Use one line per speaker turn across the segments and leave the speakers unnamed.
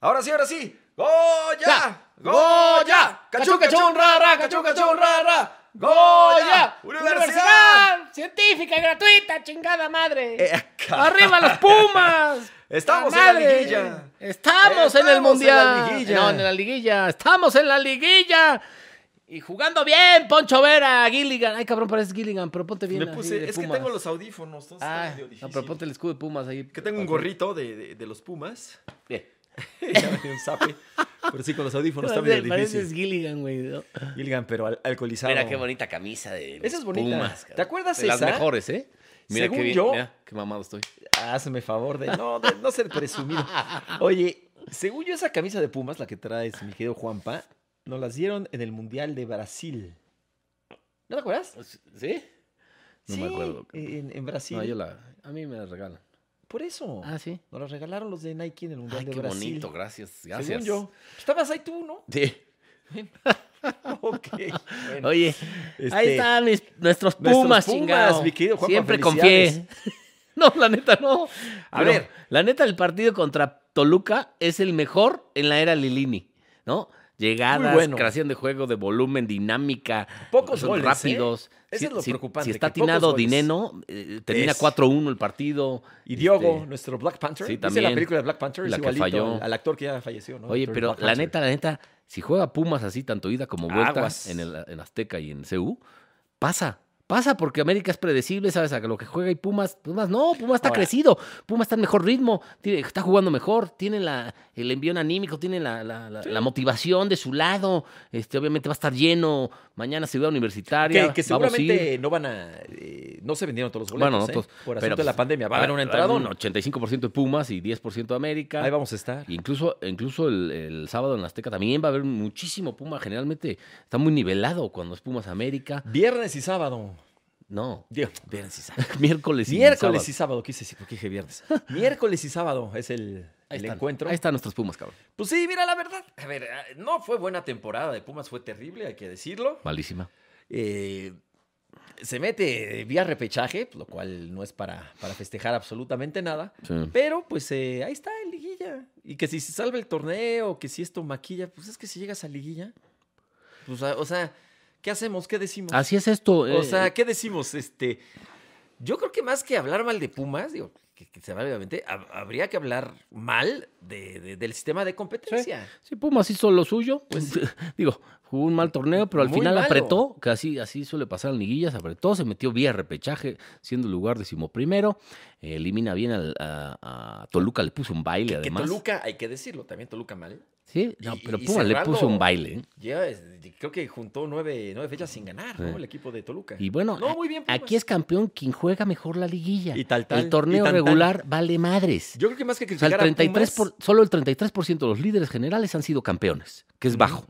Ahora sí, ahora sí. ¡Goya!
Ya.
¡Goya! ¡Cachón, cachón, ra, ra! ¡Cachón, cachón, ra, ra! ¡Goya! ¡Universidad!
¡Universidad! ¡Científica y gratuita, chingada madre!
Eh, ca-
¡Arriba los Pumas!
Estamos
¡La
en la
madre!
liguilla.
Estamos en el
Estamos en la
mundial.
liguilla.
no, en la liguilla. Estamos en la liguilla. Y jugando bien, Poncho Vera, Gilligan. Ay, cabrón, parece Gilligan, pero ponte bien.
Me
así
puse,
de
es que
Pumas.
tengo los audífonos, entonces está
Ah,
medio
no,
difícil.
pero ponte el escudo de Pumas ahí.
Que tengo un gorrito de, de, de los Pumas.
Bien.
ya me dio un zape. Pero sí, con los audífonos está medio
Parece- Pareces
difícil.
Gilligan, güey. ¿no?
Gilgan, pero al- alcoholizado.
Mira qué bonita camisa de
Esa es bonita.
Pumas,
¿Te
cabrón.
acuerdas
de
esa?
Las mejores, ¿eh? Mira
Según
qué bien,
yo-
mira qué mamado estoy.
Hazme favor de no, de no ser presumido. Oye, según yo, esa camisa de Pumas, la que traes, mi querido Juanpa, nos las dieron en el Mundial de Brasil. ¿No te acuerdas?
¿Sí? No me
Sí,
acuerdo.
En, en Brasil.
No, yo la... A mí me la regalan.
Por eso.
Ah, sí.
Nos las regalaron los de Nike en el Mundial
Ay,
de
qué
Brasil.
bonito, gracias, gracias.
Según yo. Pues, Estabas ahí tú, ¿no?
Sí.
Ok. Bueno,
Oye, ahí
este,
están mis- nuestros
nuestros Pumas,
Pumas, chingados.
mi querido Juanpa,
Siempre confié.
felicidades.
No, la neta no.
A
Pero,
ver.
La neta, el partido contra Toluca es el mejor en la era Lilini, ¿no? Llegadas,
Muy bueno.
creación de juego, de volumen, dinámica.
Pocos
son
goles,
rápidos.
¿eh? Ese es lo preocupante,
Si está
que pocos
atinado
goles.
Dineno, eh, termina
Es.
4-1 el partido.
Y Diogo,
Este,
nuestro Black Panther.
Sí,
¿Viste la
también.
película de Black Panther? Es
La que
igualito
falló.
al- Al actor que ya falleció, ¿no?
Oye,
Actor
pero
Black
la
Panther.
neta, la neta, si juega Pumas así, tanto ida como vuelta
Aguas.
en, el- en Azteca y en CU, pasa. Pasa porque América es predecible, ¿sabes? A lo que juega y Pumas, Pumas no, Pumas está
Ahora.
crecido, Pumas está en mejor ritmo, tiene- está jugando mejor, tiene la, el envión anímico, tiene la, la- la- la motivación de su lado, este, obviamente va a estar lleno, mañana ciudad universitaria,
Que, que
vamos a ir.
seguramente no van a. eh, no se vendieron todos los boletos.
Bueno, no
¿eh?
todos,
Por
pero
asunto de la
pues,
pandemia. Va a haber un
haber
entrado.
un 85% de Pumas y 10% de América.
Ahí vamos a estar.
Y Incluso, incluso el, el sábado en la Azteca también va a haber muchísimo Puma. Generalmente está muy nivelado cuando es Pumas América.
Viernes y sábado.
No,
Digo, viernes y sábado.
miércoles y
Miércoles y
sábado.
sábado, quise decir, porque dije viernes. Miércoles y sábado es el,
Ahí
el
están,
encuentro.
Ahí están nuestros Pumas, cabrón.
Pues sí, mira, la verdad. A ver, eh, no fue buena temporada de Pumas, fue terrible, hay que decirlo.
Malísima.
Eh, se mete vía repechaje, lo cual no es para, para festejar absolutamente nada.
Sí.
Pero pues eh, ahí está el liguilla. Y que si se salva el torneo, que si esto maquilla, pues es que si llegas a liguilla, pues, a- o sea, ¿qué hacemos? ¿Qué decimos?
Así es esto. eh,
O sea, ¿qué decimos? Este, yo creo que más que hablar mal de Pumas, digo, que, que se vale obviamente, hab- habría que hablar mal de- de- del sistema de competencia.
sí, Pumas hizo lo suyo. pues, Digo, jugó un mal torneo, pero al
pues, Muy
final
malo.
apretó, que así, así suele pasar en liguillas, apretó, se metió vía repechaje, siendo lugar decimoprimero. eh, elimina bien al- a, a Toluca, le puso un baile
Que
además.
Toluca, hay que decirlo, también Toluca mal.
Sí, no,
y-
pero
y
Pumas le
cerrando-
puso un baile. ¿eh?
Lleva, eh, creo que juntó nueve, nueve fechas sin ganar, ¿no?
Sí.
El equipo de Toluca.
Y bueno,
No,
a-
muy bien, pues, Pumas.
aquí es campeón quien juega mejor la liguilla.
Y tal, tal,
el torneo
y tan, tan.
regular vale madres.
Yo creo que más que
O sea,
criticar
el
a
33
Pumas-
por- solo el 33% de los líderes generales han sido campeones, que es
Ujú.
bajo.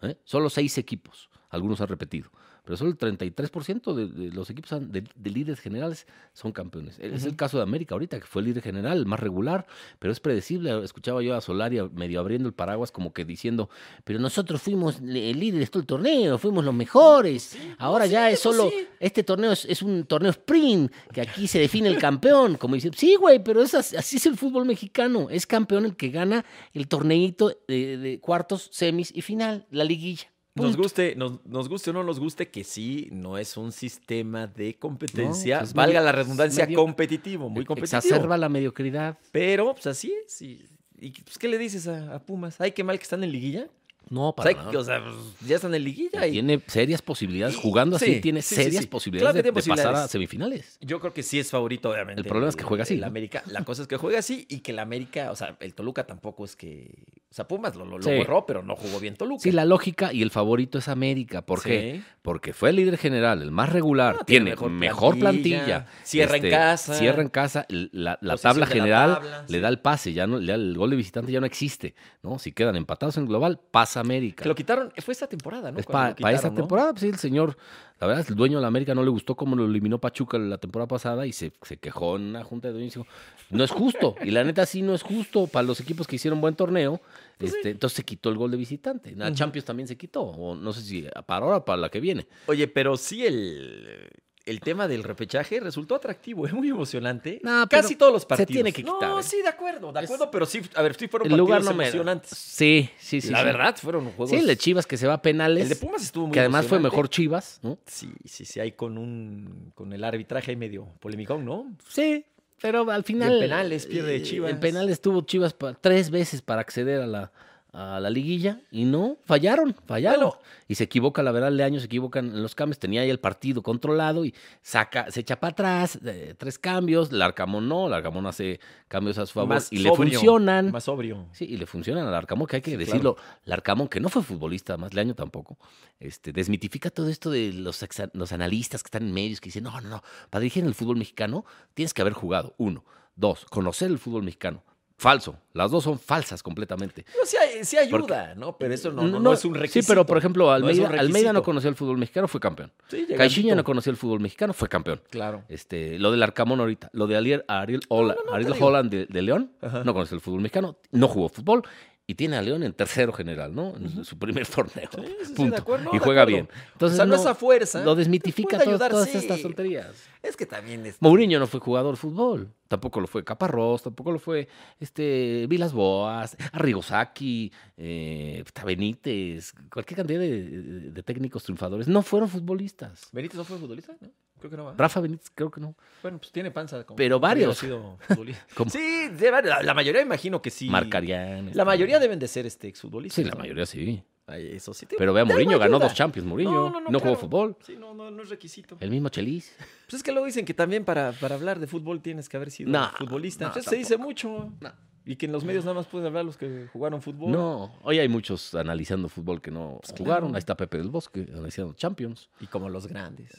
¿eh? Solo seis equipos, algunos han repetido. Pero solo el 33% de, de los equipos han- de, de líderes generales son campeones. E, Es el caso de América ahorita, que fue el líder general, el más regular, pero es predecible. Escuchaba yo a Solari medio abriendo el paraguas, como que diciendo, pero nosotros fuimos li- líderes todo el torneo, fuimos los mejores. Ahora
sí,
ya es
pues
solo,
sí.
este torneo es, es un torneo sprint, que aquí se define el campeón. Como dice, sí, güey, pero es así, así es el fútbol mexicano. Es campeón el que gana el torneito de, de cuartos, semis y final, la liguilla.
Nos
Punto.
guste, nos, nos guste o no nos guste, que sí, no es un sistema de competencia,
No, pues es
valga
medio-
la redundancia,
es medio-
competitivo, muy competitivo.
Exacerba la mediocridad.
Pero, pues así es. ¿Y, y, pues, qué le dices a, a Pumas? Ay, qué mal que están en liguilla.
No,
O
para
sea,
nada.
que- o sea, pues, ya están en liguilla. Y
Tiene serias posibilidades, jugando
Sí,
así, tiene
sí, sí,
serias
sí.
posibilidades
Claro que tiene
de, de pasar a
posibilidades.
semifinales.
yo creo que sí es favorito, obviamente.
El problema es que juega así,
el
¿no?
América, la cosa es que juega así y que el América, o sea, el Toluca tampoco es que. O sea, Pumas lo, lo, lo
Sí.
borró, pero no jugó bien Toluca.
Sí, la lógica y el favorito es América. ¿Por qué?
Sí.
Porque fue el líder general, el más regular,
Ah,
tiene, mejor, plantilla, este,
Cierra en casa.
Cierra en casa, el- la, la
Posición
tabla
de la
general
tabla,
le
sí.
da el pase, ya no, le da el gol de visitante ya no existe, ¿no? Si quedan empatados en global, pasa América.
Que lo quitaron, fue esta temporada, ¿no?
es
Cuando
para
lo quitaron,
esta
¿no?
temporada, pues sí, el señor, la verdad, el dueño de la América no le gustó cómo lo eliminó Pachuca la temporada pasada y se, se quejó en una junta de dueños y dijo, no es justo, y la neta sí no es justo para los equipos que hicieron buen torneo, este, entonces se quitó el gol de visitante, la
Pues Ujú.
Champions también se quitó, o no sé si para ahora o para la que viene.
Oye, pero sí el, el tema del repechaje resultó atractivo, es muy emocionante.
No, pero
Casi todos los partidos.
tiene que quitar,
No,
¿eh?
sí, de acuerdo, de acuerdo, pero sí, a ver, sí fueron
El lugar
partidos
no me.
emocionantes.
Sí, sí, sí.
La
sí.
verdad, fueron juegos.
Sí, el de Chivas que se va a penales.
El de Pumas estuvo muy
que además fue
emocionante.
mejor Chivas, ¿no?
Sí, sí, sí, hay con un con el arbitraje ahí medio polémico, ¿no?
Sí, pero al final.
en penales pierde
eh,
Chivas.
En penales tuvo Chivas pa- tres veces para acceder a la, a la liguilla y no, fallaron, fallaron.
Bueno.
Y se equivoca, la verdad, Leaño se equivocan en los cambios. Tenía ahí el partido controlado y saca, se echa para atrás, eh, tres cambios. Larcamón no, Larcamón hace cambios a su favor
Más
y le
sobrio,
funcionan.
Más sobrio.
Sí, y le funcionan al Arcamón, que hay que
Sí,
decirlo. El Arcamón, que no fue futbolista, además, Leaño tampoco, este, desmitifica todo esto de los, exa- los analistas que están en medios que dicen, no, no, no, para dirigir en el fútbol mexicano tienes que haber jugado, uno. Dos, conocer el fútbol mexicano. Falso. Las dos son falsas completamente.
No, sí, hay- sí ayuda, ¿no? Pero eso no, no, no es un requisito.
Sí, pero por ejemplo,
No es un
Almeida no, Almeida no
requisito.
conoció el fútbol mexicano, fue campeón.
Sí, llegandito.
Caixinha no conoció el fútbol mexicano, fue campeón.
Claro.
Este, lo del Arcamón ahorita, lo de Ariel, Ariel, Ola-
no, no,
Ariel
te digo.
Holland de, de León,
Ajá.
no conoce el fútbol mexicano, no jugó fútbol y tiene a León en tercero general, ¿no? En su primer torneo.
Sí, sí, sí, de
punto.
acuerdo, no,
y
de
juega
acuerdo.
bien. Entonces,
o sea, no,
no,
es a fuerza. ¿eh?
lo desmitifica
Puede
todo-
ayudar,
todas
sí.
estas tonterías.
Es que también es.
Mourinho no fue jugador de fútbol, tampoco lo fue Caparrós, tampoco lo fue este, Vilas Boas, Arrigosaki, eh, puta, Benítez, cualquier cantidad de, de técnicos triunfadores. No fueron futbolistas.
Benítez no fue futbolista, ¿no? Creo que no va.
Rafa Benítez creo que no.
Bueno, pues tiene panza. Como
Pero
como hubiera
varios.
sido futbolista.
Como-
sí, de varios. la, la mayoría imagino que sí.
Marcarían.
La mayoría deben de ser este exfutbolistas.
Sí, la
¿no?
mayoría sí.
Ay, eso sí.
Pero vea, Mourinho
Mourinho
ganó dos Champions, Mourinho. No, jugó
claro.
fútbol.
Sí, no, no, no es requisito.
El mismo Chelis.
Pues es que luego dicen que también para, para hablar de fútbol tienes que haber sido
No,
futbolista.
no,
Entonces se dice mucho.
No.
Y que en los medios nada más pueden hablar los que jugaron fútbol.
No, hoy hay muchos analizando fútbol que no
Pues
jugaron.
claro.
Ahí está Pepe del Bosque analizando Champions.
Y como los grandes.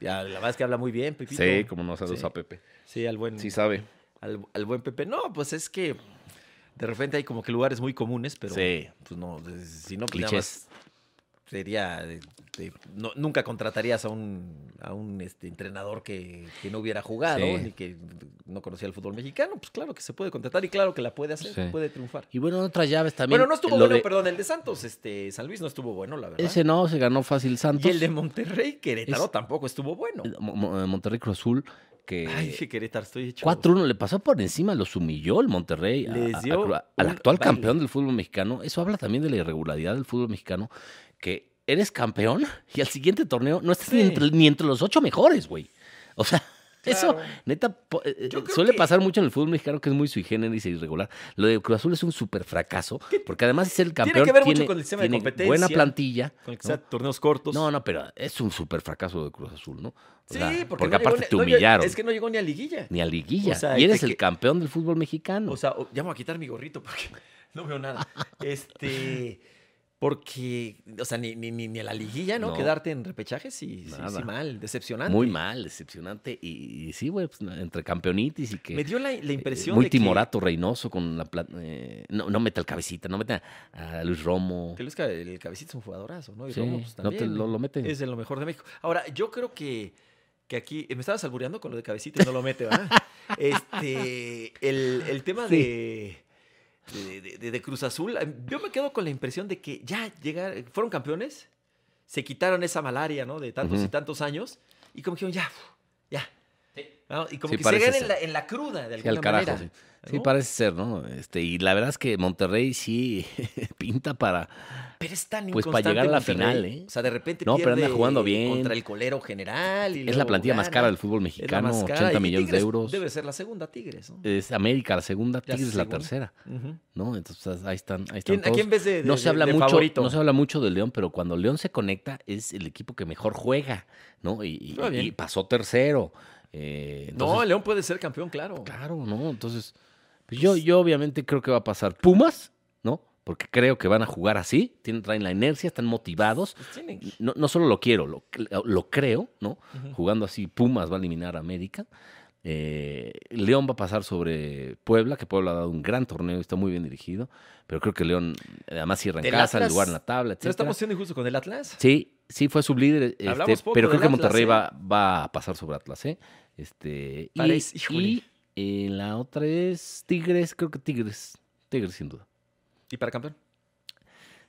Ya, la verdad es que habla muy bien, Pepito.
Sí, como no saludos
Sí.
a Pepe.
Sí, al buen,
Sí sabe.
al, al buen Pepe. No, pues es que de repente hay como que lugares muy comunes, pero
Sí.
pues no, de- si no, pues nada
Clichés.
más sería de- de- no- nunca contratarías a un, a un este, entrenador que, que no hubiera jugado
Sí.
ni que no conocía el fútbol mexicano. Pues claro que se puede contratar y claro que la puede hacer,
Sí.
puede triunfar.
Y bueno, otras llaves también.
Bueno, no estuvo
lo
bueno,
de-
perdón, el de Santos, este, San Luis no estuvo bueno, la verdad.
Ese no, se ganó fácil Santos.
y el de Monterrey, Querétaro,
Es-
tampoco estuvo bueno.
Mo- Mo- Monterrey Cruz Azul, que
Ay, dije Querétaro, estoy hecho.
4-1 le pasó por encima, los humilló el Monterrey a-
Les
a- a
dio
Cruz- al
un
actual
baile.
campeón del fútbol mexicano. Eso habla también de la irregularidad del fútbol mexicano, que eres campeón y al siguiente torneo no estás ni,
Sí.
entre, ni entre los ocho mejores, güey. O sea, eso,
Claro.
neta, po- eh,
Yo
eh,
creo
suele
que-
pasar mucho en el fútbol mexicano que es muy sui generis e irregular. Lo de Cruz Azul es un súper fracaso, porque además de ser el campeón
que ver mucho con el sistema de
tiene
competencia,
buena plantilla.
Con el que
¿no?
sea torneos cortos.
No, no, pero es un súper fracaso de Cruz Azul, ¿no? O
Sí,
sea,
porque,
porque
no llegó
aparte
ni-
te
no llegó-
humillaron
es que no llegó ni a liguilla.
ni a liguilla.
O sea,
y
y
eres
te
el
que-
campeón del fútbol mexicano.
O sea, o- ya me voy a quitar mi gorrito porque no veo nada. Este, porque, o sea, ni, ni, ni, ni a la liguilla, ¿no?
No.
Quedarte en repechaje, sí, sí,
Nada.
sí, mal, decepcionante.
Muy mal, decepcionante. Y, y sí, güey, pues, na- entre campeonitis y que.
Me dio la, la
eh,
impresión
muy
de que-
timorato, Reynoso, con la. pla- eh, no, no meta al cabecita, no meta a Luis Romo.
que Luis Ca- el cabecito es un jugadorazo, ¿no? Y
Sí,
Romo, pues,
no te-
también,
lo- lo meten.
Es de lo mejor de México. Ahora, yo creo que, que aquí, eh, me estabas albureando con lo de cabecito y no lo mete, ¿verdad? este, el, el tema
Sí.
de... de, de- de- de Cruz Azul, eh, yo me quedo con la impresión de que ya llegaron, fueron campeones, se quitaron esa malaria, ¿no? De tantos
Ujú.
y tantos años, y como que dijeron, ya, uf, ya. ¿no? Y como
Sí,
que se
parece
quedan
ser.
en la, en la cruda de
Sí,
alguna
al carajo,
manera.
sí. Sí,
¿no?
parece ser, ¿no? Este, y la verdad es que Monterrey sí pinta para.
Pero es tan
Pues para
inconstante
llegar a la
Monterrey.
final, ¿eh?
O sea, de repente
No, pero
pierde
anda jugando bien.
contra el colero general. y
es la
luego
plantilla más
gana.
cara del fútbol
Es la
mexicano,
más cara.
80
Y
millones de
Tigres
euros.
Debe ser la segunda Tigres, ¿no?
Es América la segunda,
Ya
Tigres la
segunda.
tercera,
Ujú.
¿no? Entonces pues, ahí están, ahí están
¿Quién- ¿A
todos.
quién ves de, de-
no se
de-
habla
de
mucho
favorito?
no se habla mucho de León pero cuando León se conecta es el equipo que mejor juega no y, y-
Ah, bien.
y pasó tercero eh,
No,
entonces-
León puede ser campeón, claro.
claro no entonces pues yo yo obviamente creo que va a pasar Pumas no porque creo que van a jugar así tienen traen la inercia están motivados
Pues tienen-
no, no solo lo quiero lo, lo creo no
Ujú.
jugando así Pumas va a eliminar a América Eh, León va a pasar sobre Puebla, que Puebla ha dado un gran torneo, está muy bien dirigido, pero creo que León eh, además cierra en
Del
casa, el
Atlas,
lugar en la tabla,
¿No
etcétera.
estamos siendo injustos con el Atlas?
Sí, sí fue sublíder, este,
Hablamos poco
pero creo
del
que
Atlas,
Monterrey
¿eh?
va, va a pasar sobre Atlas, ¿eh? Este, y-
Parece, híjole.
y, eh, la otra es Tigres, creo que Tigres, Tigres sin duda.
¿Y para campeón?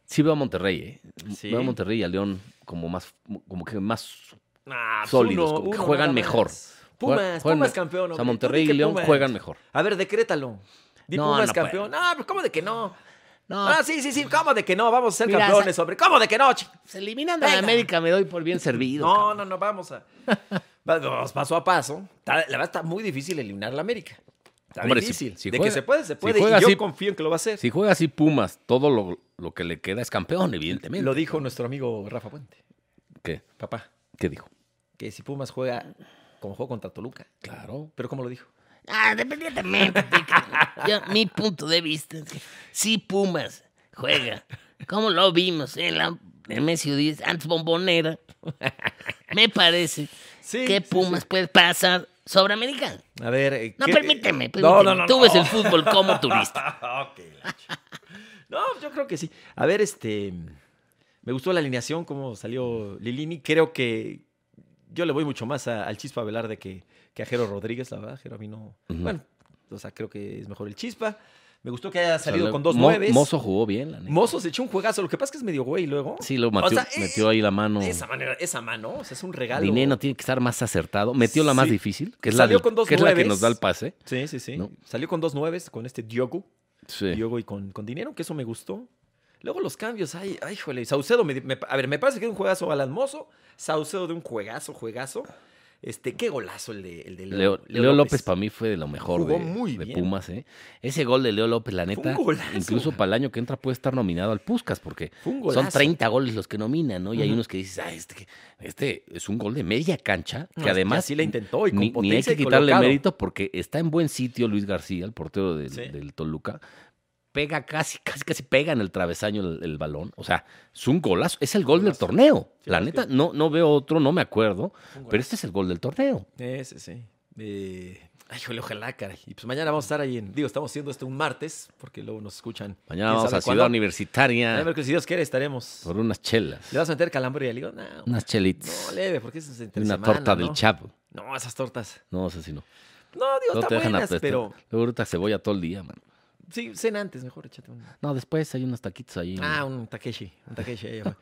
Sí veo a Monterrey, ¿eh?
Sí.
Veo a Monterrey y a León como más, como que más
Ah, pues
sólidos,
uno,
como que
uno
juegan
nada
mejor.
más. Pumas,
Juegan-
Pumas campeón.
O sea,
hombre.
Monterrey
Tú di
y
que
León
Pumas.
juegan mejor.
A ver, decrétalo. Di
No,
Pumas
no
campeón. No, pero ¿cómo de que no?
No,
Ah, sí, sí, sí. ¿Cómo de que no? Vamos a ser
Mira,
campeones, hombre. ¿Cómo de que no? chi-
se eliminan de la
Venga.
América, me doy por bien servido.
No,
cabrón.
no, no, vamos a. Vamos paso a paso. Está- La verdad está muy difícil eliminar la América. Está
Hombre, si-
difícil.
si
de
juega-
que se puede, se
si
puede.
juega
y yo
así-
confío en que lo va a hacer.
Si juega así Pumas, todo lo, lo que le queda es campeón, evidentemente.
lo dijo nuestro amigo Rafa Puente,
¿Qué?
papá.
¿Qué dijo?
Que si Pumas juega como juego contra Toluca.
Claro.
Pero ¿cómo lo dijo?
Ah, independientemente. de que- yo- mi punto de vista es que sí Pumas juega. Como lo vimos en la Nemesio 10, antes bombonera. Me parece
Sí.
que
sí,
Pumas puede pasar sobre América.
sí. A ver. eh,
No,
¿qué-
permíteme,
No,
permíteme.
no, no.
Tú
no.
ves el fútbol como turista.
Ok, la ch- No, yo creo que sí. A ver, este. Me gustó la alineación, cómo salió Lilini. Creo que yo le voy mucho más a- al Chispa Velarde que, que a Jero Rodríguez, la verdad. Jero a mí no.
Ujú.
Bueno, o sea, creo que es mejor el Chispa. Me gustó que haya salido con dos
Mo-
nueves.
Mozo jugó bien, la neta.
Mozo se echó un juegazo. Lo que pasa es que es medio güey luego.
Sí, lo metió,
O sea, eh,
metió ahí la mano.
De esa manera, esa mano, o sea, es un regalo.
Dinero tiene que estar más acertado. Metió la más
Sí.
difícil, que es, la,
Salió
del-
con dos
que es la que
nueves.
nos da el pase.
Sí, sí, sí.
¿No?
Salió con dos nueves, con este Diogo.
Sí.
Diogo y con, con dinero, que eso me gustó. Luego los cambios, ay, ay, jole. Saucedo, me, me- a ver, me parece que es un juegazo Alan Mozo. Saucedo de un juegazo, juegazo. Este, qué golazo el de, el de Leo,
Leo,
Leo
Leo López, para mí fue de lo mejor
Jugó
de,
muy
de
bien.
Pumas. ¿eh? Ese gol de Leo López, la neta,
golazo,
incluso
güey.
para el año que entra puede estar nominado al Puscas, porque
Fue un
son
golazo.
30 goles los que nominan, ¿no? Y hay
Ujú.
unos que dices, ah, este, que- este es un gol de media cancha,
No,
que además
así la intentó y con
ni, ni hay
potencia
que
y
quitarle
colocado.
mérito porque está en buen sitio Luis García, el portero del,
Sí.
del Toluca. Pega casi, casi, casi pega en el travesaño el, el balón. O sea, es un golazo. Es el gol del
Golazo.
torneo.
Sí,
la
es
neta,
que-
no, no veo otro, no me
Fue
acuerdo.
un
Pero
golazo.
este es el gol del torneo.
Ese, sí. Eh, ay, jole, ojalá, caray. Y pues mañana vamos a estar ahí en. Digo, estamos haciendo esto un martes, porque luego nos escuchan.
Mañana
quién
vamos
sabe
a
cuándo.
Ciudad
A
Universitaria
ver, que si Dios quiere, estaremos.
por unas chelas,
¿Le vas a meter calambre y le digo? No,
unas
no,
chelitas
leve, porque eso es
y
entre
una
semana,
torta del
¿no?
chavo.
No, esas tortas.
No sé si no.
No, digo,
No te
están
dejan
buenas,
apestar.
pero.
Luego ahorita cebolla todo el día, man.
Sí, cena antes, mejor échate un.
No, después hay unos taquitos ahí.
Ah, un Takeshi, un Takeshi. ahí va.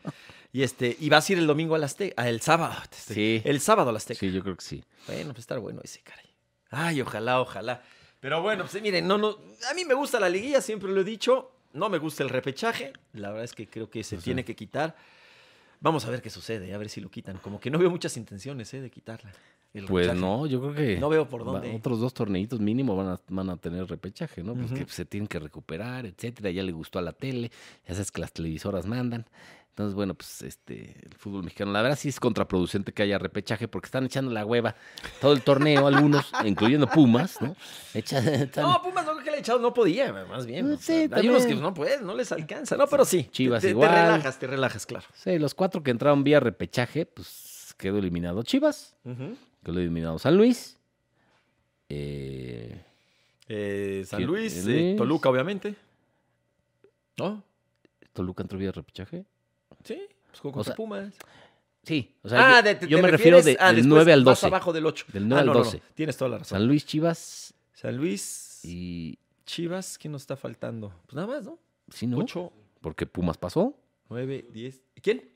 y este, y vas a ir el domingo al Azteca, ah, el sábado. te estoy-
Sí.
El sábado al Azteca.
Sí, yo creo que sí.
Bueno, pues estar bueno ese, caray. Ay, ojalá, ojalá. Pero bueno, pues miren, no, no, a mí me gusta la liguilla, siempre lo he dicho. No me gusta el repechaje. La verdad es que creo que se
Pues sí.
tiene que quitar. Vamos a ver qué sucede, a ver si lo quitan. Como que no veo muchas intenciones eh, de quitarla. el
Pues
repechaje.
no, yo creo que
No veo por
va-
dónde.
otros dos torneitos mínimo van a, van a tener repechaje, ¿no? Pues
Ujú.
que se tienen que recuperar, etcétera. Ya le gustó a la tele, ya sabes que las televisoras mandan. Entonces, bueno, pues este, el fútbol mexicano, la verdad sí es contraproducente que haya repechaje porque están echando la hueva todo el torneo, algunos, incluyendo Pumas, ¿no? Echa- están-
No, Pumas no creo que le ha echado, no podía, más bien. o
Pues Sí,
sea, hay
también.
unos que no pueden, no les alcanza. No, pero sí. te-
Chivas
te-
igual.
Te relajas, te relajas, claro.
Sí, los cuatro que entraron vía repechaje, pues quedó eliminado Chivas,
Ujú.
quedó eliminado San Luis. Eh,
Eh, San
¿Quién
Luis, eh,
es?
Toluca, obviamente. ¿No?
¿Toluca entró vía repechaje?
Sí. Pues jugó
O
contra
sea,
Pumas.
Sí, o sea, yo,
Ah, de- te-
yo
te
me refiero de,
refieres a
del
después
9 al
más
12.
abajo del 8.
Del 9 al
no, no, no,
12.
Tienes toda la razón.
San Luis, Chivas
San Luis,
y...
Chivas, ¿quién nos está faltando? Pues nada más, ¿no?
Sí, ¿no?
8,
Porque Pumas pasó.
9, 10. ¿Quién?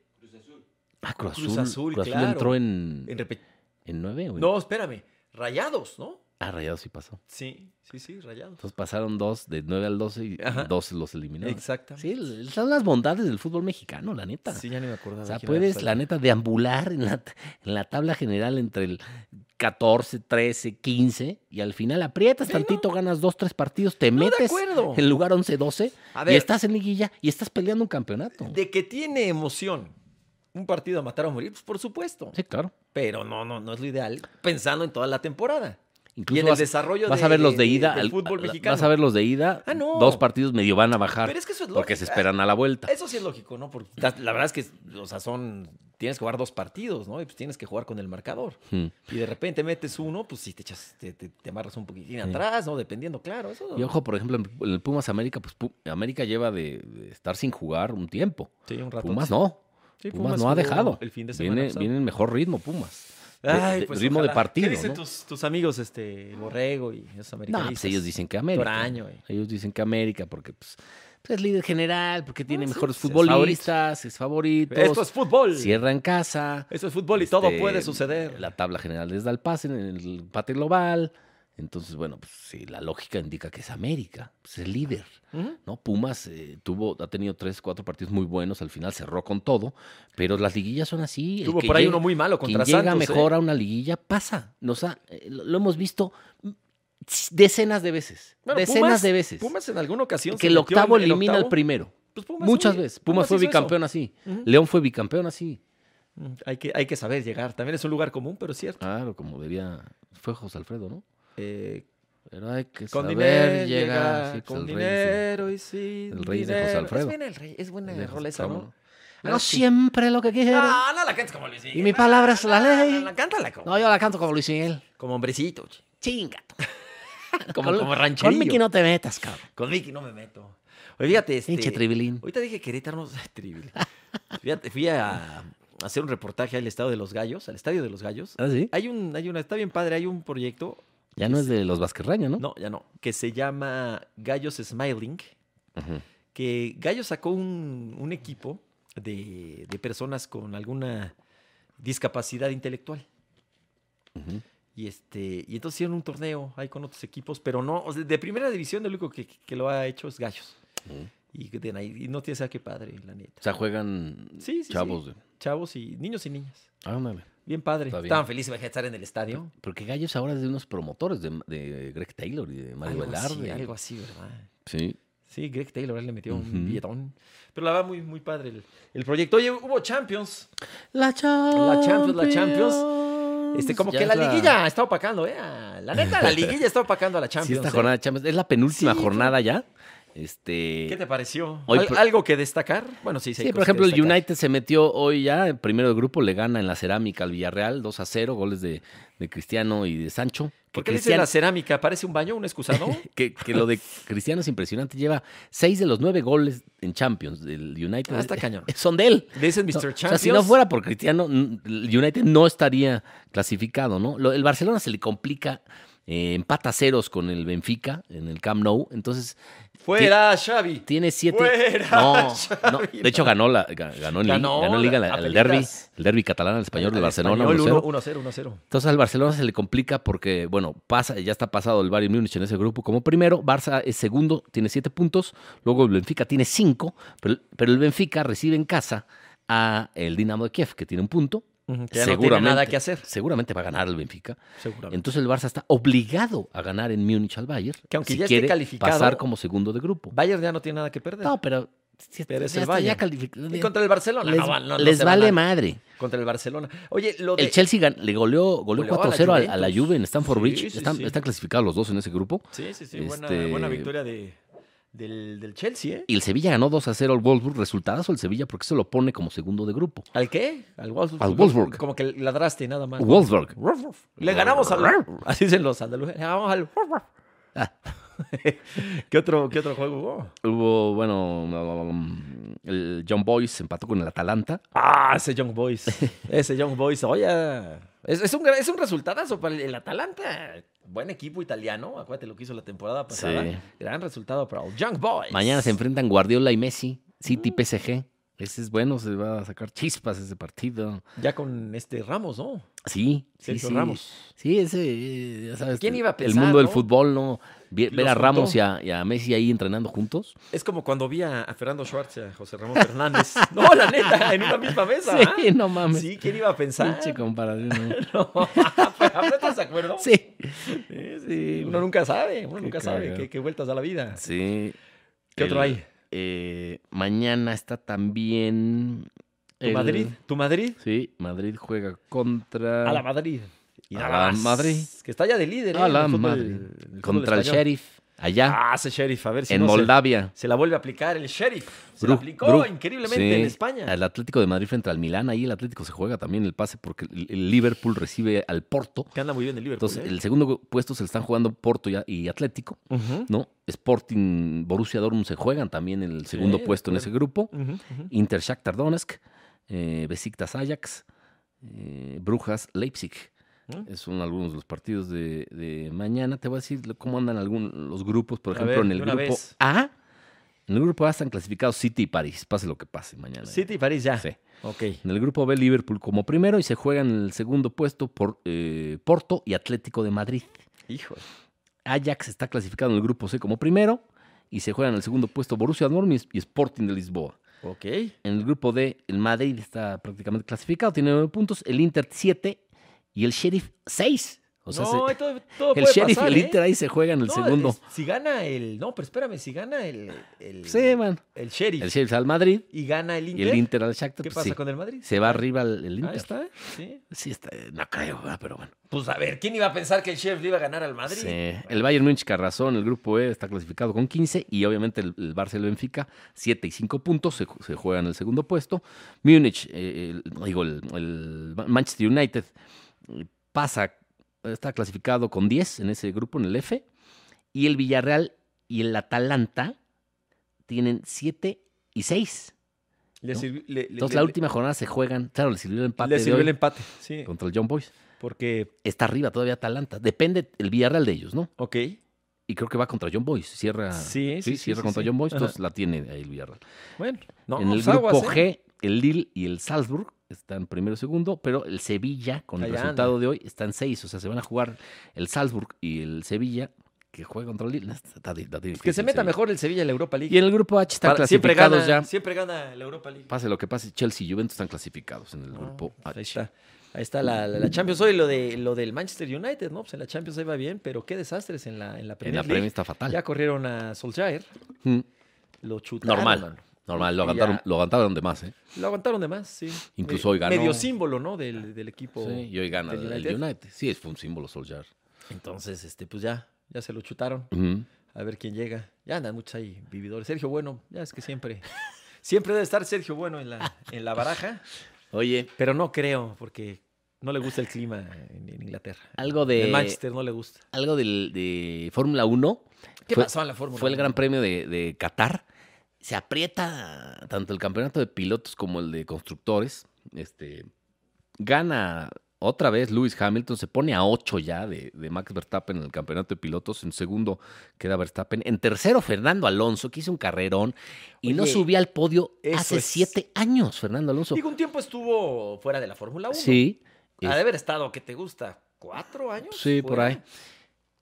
Ah,
Cruz
Cruz Azul. Cruz Azul,
Azul, claro.
entró en,
En
en,
repe-
9. ¿o en-
No, espérame. Rayados, ¿no?
Ah, Rayados sí pasó.
Sí, sí, sí, rayados.
Entonces pasaron dos de 9 al 12 y
Ajá.
12 los eliminaron.
Exactamente.
Sí, l- son las bondades del fútbol mexicano, la neta.
Sí, ya ni me acordaba.
O sea,
quién era
puedes,
San
la
Luis.
neta, deambular en la, en la tabla general entre el 14, 13, 15 y al final aprietas
Sí, ¿no?
tantito, ganas dos, tres partidos, te
No, de
metes
acuerdo.
en lugar 11, 12
A
y
ver.
estás en liguilla y estás peleando un campeonato.
De que tiene emoción un partido a matar o morir, pues por supuesto.
Sí, claro.
Pero no, no, no es lo ideal pensando en toda la temporada. y
Incluso
en
vas,
el desarrollo
vas
de-
a ver los de
de-
ida.
del
al-
fútbol
la-
mexicano.
Vas a ver los de ida.
Ah, no.
Dos partidos medio van a bajar.
Pero es que eso es
porque se
lógica.
esperan a la vuelta.
Eso sí es lógico, ¿no? Porque ta- la verdad es que, o sea, son. Tienes que jugar dos partidos, ¿no? Y pues tienes que jugar con el marcador.
Mm.
Y de repente metes uno, pues sí te echas, te, te- te amarras un poquitín
Sí.
atrás, ¿no? Dependiendo, claro. Eso.
Y ojo, por ejemplo, en en el Pumas América, pues Pu- América lleva de, de estar sin jugar un tiempo.
Sí, un rato.
Pumas no.
Sí,
Pumas, no
jugó
ha dejado.
El fin de semana.
viene,
pasado.
viene en mejor ritmo Pumas. De-
Ay,
de-
pues,
ritmo
ojalá.
de partido.
¿Qué dicen
¿no?
tus, tus amigos, este, Borrego y esos
No,
americanistas?
pues ellos dicen que América.
Toraño, eh.
Ellos dicen que América porque pues, es líder general porque tiene
Ah, sí, pues,
mejores
es
futbolistas, es favorito.
Esto es fútbol.
Cierra en casa.
Esto es fútbol y todo
Este,
puede suceder.
La tabla general les da el pase en el empate global. Entonces, bueno, pues sí, la lógica indica que es América, pues es líder.
Ujú.
¿no? Pumas eh, tuvo, ha tenido tres, cuatro partidos muy buenos, al final cerró con todo, pero las liguillas son así. el
Tuvo
que
por ahí
llega-
uno muy malo
quien
contra
llega
Santos. ¿eh?
mejor a una liguilla pasa. Nos ha- eh, lo lo hemos visto decenas de veces.
Bueno,
decenas
Pumas-
de veces.
Pumas en alguna ocasión.
que
se
el
metió en
octavo elimina
octavo.
al primero.
Pues Pumas,
Muchas
oye,
veces. Pumas fue
hizo eso.
bicampeón así.
Ujú.
León fue bicampeón así.
Mm, Hay que, hay que saber llegar. También es un lugar común, pero es cierto.
Claro, como diría. Fue José Alfredo, ¿no?
Eh,
Pero hay que
con
Ah, saber
dinero
llegar.
llega,
sí, pues,
con
el rey, sí.
dinero y sin
El rey de José
dinero.
Alfredo.
Es buena, el rey, es buena
El de
rola
José-
esa,
¿cómo
¿no? Ah,
Hago siempre lo que quiero.
No, no la cantes como Luis Miguel.
Y mi palabra es la
No, no,
ley.
no, no, cántala como,
No, yo la canto como Luis Miguel.
como hombrecito. che.
Chinga.
Como,
Con-
como rancherito.
Con Mickey no te metas, cabrón.
Con Mickey no me meto. Oye, fíjate, este...
Pinche tribilín.
Ahorita dije Querétaro, no tribil. Fíjate, fui a hacer un reportaje al Estado de los Gallos, al Estadio de los Gallos.
¿Ah, sí?
Hay un, hay una, está bien padre, hay un proyecto,
Ya no es de los Vasquerraña, ¿no?
no, ya no, que se llama Gallos Smiling,
Ujú.
que Gallos sacó un, un equipo de, de personas con alguna discapacidad intelectual.
Ujú.
Y este, y entonces hicieron un torneo ahí con otros equipos, pero no, o sea, de primera división lo único que, que lo ha hecho es Gallos.
Ujú.
Y, que de ahí- y no tiene a qué padre, la neta.
O sea, juegan
Sí, sí, sí.
chavos. de-
Chavos y niños y niñas.
Ah, ándale.
Bien padre.
Está bien.
Estaban felices de estar en el estadio.
Porque Gallos ahora es de unos promotores de, de Greg Taylor y de Mario
algo así,
Velarde.
algo así, ¿verdad?
Sí.
Sí, Greg Taylor él le metió
Ujú.
un billetón. Pero la verdad, muy, muy padre el, el proyecto. Oye, hubo Champions.
La Champions.
la Champions. Este, como
Mm, Ya
que la,
es
liguilla está opacando, ¿eh? A- La neta, la liguilla está opacando a la Champions.
Sí, esta
¿eh?
jornada de Champions. Es la penúltima
Sí,
jornada ya. Este.
¿Qué te pareció?
Hoy
¿Al-
por-
¿Algo que destacar? Bueno, sí, sí. hay
Sí, por
cosas que
ejemplo, el
destacar.
United se metió hoy ya, en primero de grupo, le gana en la cerámica al Villarreal, 2 a 0, goles de, de Cristiano y de Sancho.
¿Por
Que
qué le dicen
Cristiano-
la cerámica? ¿Parece un baño, un excusado?
que, que lo de Cristiano es impresionante. Lleva seis de los nueve goles en Champions del United.
Ah, está cañón.
Son de él.
Le dicen Mr.
No,
Champions.
O sea, si no fuera por Cristiano, n- el United no estaría clasificado, ¿no? Lo- el Barcelona se le complica. eh, empata ceros con el Benfica en el Camp Nou. Entonces,
¡Fuera, Xavi!
tiene siete.
Fuera,
no,
Xavi,
no. De hecho, ganó, la, ga- ganó, en
Ganó
Liga, ganó en Liga
la-
la- el derby.
apenitas.
El derby catalán al español del
Al
Barcelona.
Español,
1-0.
1-0, 1-0.
Entonces al Barcelona se le complica porque, bueno, pasa, ya está pasado el Bayern Múnich en ese grupo como primero, Barça es segundo, tiene siete puntos, luego el Benfica tiene cinco, pero, pero el Benfica recibe en casa a el Dinamo de Kiev, que tiene un punto,
Ujú, que ya no tiene
seguramente,
nada que hacer.
seguramente va a ganar el Benfica.
Seguramente.
Entonces el Barça está obligado a ganar en Múnich al Bayern,
Que aunque
si
ya esté
quiere
calificado-
pasar como segundo de grupo.
Bayern ya no tiene nada que perder.
No, pero, si-
Pero es
ya
el
está ya
Bayern.
calificado.
y contra el Barcelona.
les
no van- no- no
les
se van
vale
a-
madre.
Contra el Barcelona. Oye, lo de...
El Chelsea gan- le goleó,
Goleó
goleó
a la
4-0 al- a, la
Juventus.
Juve en Stamford
Sí,
Bridge.
sí,
están,
sí.
están clasificados los dos en ese grupo.
Sí, sí, sí. Buena,
Este-
buena victoria de, del, del Chelsea, ¿eh?
Y el Sevilla ganó 2-0 al Wolfsburg. Resultados el Sevilla porque se lo pone como segundo de grupo.
¿Al qué? Al Wolfsburg.
Al Wolfsburg.
Como que ladraste y nada más.
Wolfsburg.
Wolfsburg. Le ganamos al... Así dicen los andaluces. Le ganamos al... Wolfsburg.
Ah.
¿Qué, otro, ¿Qué otro juego hubo?
Hubo, bueno, um, el John Boyce empató con el Atalanta.
Ah, ese Young Boys. Ese Young Boys. Oye, es, es un, gran- es un resultadazo para el, el Atalanta. Buen equipo italiano. Acuérdate lo que hizo la temporada pasada.
Sí.
Gran resultado para el Young Boys.
Mañana se em- enfrentan Guardiola y Messi.
Mm.
City PSG. Ese es bueno, se va a sacar chispas ese partido.
Ya con este Ramos, ¿no?
Sí, sí,
Sergio
sí.
Ramos.
Sí, ese, eh, ya sabes.
¿Quién iba a
El
pensar,
mundo del
no?
fútbol, ¿no? Ver
Los
a Ramos
juntó.
y a- y a Messi ahí entrenando juntos.
Es como cuando vi a, a Fernando Schwartz y a José Ramón Fernández. no, la neta, en una misma mesa. ¿ah?
Sí, no mames.
Sí, ¿quién iba a pensar?
Pinche comparación. ¿no?
No, ¿pero estás de acuerdo?
Sí.
Sí, sí, Uno nunca sabe, uno
Qué
nunca sabe
cagado.
qué, qué vueltas da la vida.
Sí.
¿Qué otro
El-
hay?
eh, mañana está también.
¿Tu
el-
Madrid? ¿Tu Madrid?
Sí, Madrid juega contra.
A la Madrid. Y
A
nada
la
más.
Madrid.
Que está ya de líder. ¿eh? en
A Ah, la
el fútbol-
Madrid.
en el fútbol
Contra el
español.
Sheriff. Allá.
Ah, ese sheriff. A ver si
en
no se-
Moldavia.
Se, la vuelve a aplicar el sheriff. Se la
Bru-
aplicó
Bru-
increíblemente
sí,
en España.
El Atlético de Madrid frente al Milán. Ahí el Atlético se juega también el pase porque el- el Liverpool recibe al Porto.
Que anda muy bien el Liverpool.
Entonces,
¿eh?
el segundo puesto se le están jugando Porto y a- y Atlético,
Ujú,
¿no? Sporting, Borussia Dortmund se juegan también el segundo
de
puesto en
acuerdo.
ese grupo.
ujú, ujú.
Inter Shakhtar Donetsk, eh, Besiktas Ajax, eh, Brujas Leipzig.
¿Mm?
Son algunos de los partidos de, de mañana. Te voy a decir lo- cómo andan algunos los grupos. Por
A
ejemplo,
ver,
en el
de una
grupo
vez.
A En el grupo A están clasificados City y París, pase lo que pase mañana.
City y París ya.
Sí.
Ok.
En el grupo B, Liverpool como primero y se juega en el segundo puesto por eh, Porto y Atlético de Madrid.
Hijo.
Ajax está clasificado en el grupo C como primero y se juega en el segundo puesto Borussia Dortmund y Sporting de Lisboa.
Ok.
En el grupo D, el Madrid está prácticamente clasificado, tiene nueve puntos, el Inter siete y el Sheriff seis. O sea,
no,
se-
todo, todo
el
puede
Sheriff
pasar,
y el
¿eh?
Inter ahí se juegan el
No,
segundo.
es- si gana el. No, pero espérame, si gana el. el
Sí, man.
El sheriff.
El Sheriff al Madrid
y gana el
y
Inter.
el Inter al Shakhtar.
¿Qué
pues
pasa
sí.
con el Madrid?
Se va arriba el, el Inter.
Ahí está. ¿eh? Sí.
Sí, está, no creo, ¿verdad? pero bueno.
Pues a ver, ¿quién iba a pensar que el sheriff le iba a ganar al Madrid?
Sí. El Bayern Múnich Carrazón, el grupo E está clasificado con 15 y obviamente el, el Barça y el Benfica, 7 y 5 puntos, se, ju- se juegan el segundo puesto. Múnich, eh, el- digo, el, el Ma- Manchester United eh, pasa, está clasificado con 10 en ese grupo, en el F, y el Villarreal y el Atalanta tienen 7 y 6.
Le
¿no?
sirvi- le- le-
Entonces
le-
la última jornada se juegan, claro, le sirvió el empate
Le
de
sirvió
hoy
el em-, empate. Sí.
contra el John Boys.
Porque.
Está arriba todavía Atalanta, depende el Villarreal de ellos, ¿no?
Ok.
Y creo que va contra John Boyce. Cierra.
Sí, sí, sí,
cierra
sí,
contra
sí.
John Boyce.
Ajá.
Entonces la tiene ahí el Villarreal.
Bueno. No,
en el
pues, aguas,
grupo
¿eh?
G, el Lille y el Salzburg están primero y segundo, pero el Sevilla, con el
Allá
resultado
anda.
de hoy, están seis. O sea, se van a jugar el Salzburg y el Sevilla, que juega contra el Lille. Está di- está
Que se
difícil,
meta
Sevilla.
mejor el Sevilla en la Europa League.
Y en el grupo H están
Para- siempre
clasificados
gana,
ya.
siempre gana la Europa League.
Pase lo que pase, Chelsea y Juventus están clasificados en el
No,
grupo
pues
H.
ahí está. Ahí está la, la- la Champions hoy, lo, de, lo del Manchester United, ¿no? Pues en la Champions ahí va bien, pero qué desastres en la, en la
En
Premier
la
League.
premia está fatal.
Ya corrieron a Solskjaer,
Mm.
lo chutaron. mano.
Normal.
Y
Normal, lo
ya-
aguantaron, lo aguantaron de más, ¿eh?
Lo aguantaron de más, sí.
Incluso
Me-
hoy ganó.
Medio símbolo, ¿no? Del, del equipo.
Sí, y hoy gana
del
el el
United.
United. Sí, es fue un símbolo Solskjaer.
Entonces, este, pues ya, ya se lo chutaron.
Ujú.
A ver quién llega. Ya andan muchos ahí vividores. Sergio Bueno, ya es que siempre. Siempre debe estar Sergio Bueno en la, en la baraja,
Oye,
pero no creo, porque no le gusta el clima en, en Inglaterra.
algo de
En Manchester no le gusta.
algo del- de Fórmula 1.
¿Qué
fue,
pasó en la Fórmula
Fue el
uno?
Gran Premio de, de Qatar. Se aprieta tanto el campeonato de pilotos como el de constructores. Este, gana otra vez Lewis Hamilton, se pone a 8 ya de, de Max Verstappen en el campeonato de pilotos. En segundo queda Verstappen. En tercero, Fernando Alonso, que hizo un carrerón y no
Oye,
subía al podio
eso
hace
es-
7 años, Fernando Alonso.
Digo, un tiempo estuvo fuera de la Fórmula 1.
Sí.
Ha de haber estado, ¿qué te gusta? ¿Cuatro años?
Sí, por
pues, fuera?
ahí.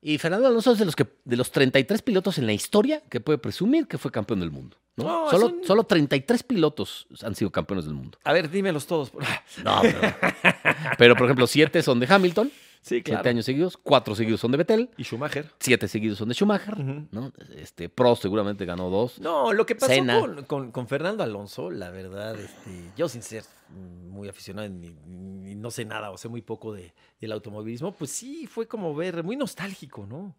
Y Fernando Alonso es de los que de los 33 pilotos en la historia que puede presumir que fue campeón del mundo. ¿no?
No,
solo,
es un-
solo 33 pilotos han sido campeones del mundo.
A ver, dímelos todos. por-
No, pero, pero, por ejemplo, 7 son de Hamilton, 7
Sí,
años seguidos, 4 seguidos son de Vettel,
Y Schumacher.
7 seguidos son de Schumacher, ¿no? Este Prost seguramente ganó 2.
No, lo que pasó
Senna.
con, con- con Fernando Alonso, la verdad, este, yo sin ser muy aficionado ni, ni- no sé nada o sé muy poco de, del automovilismo, pues sí, fue como ver, muy nostálgico, ¿no?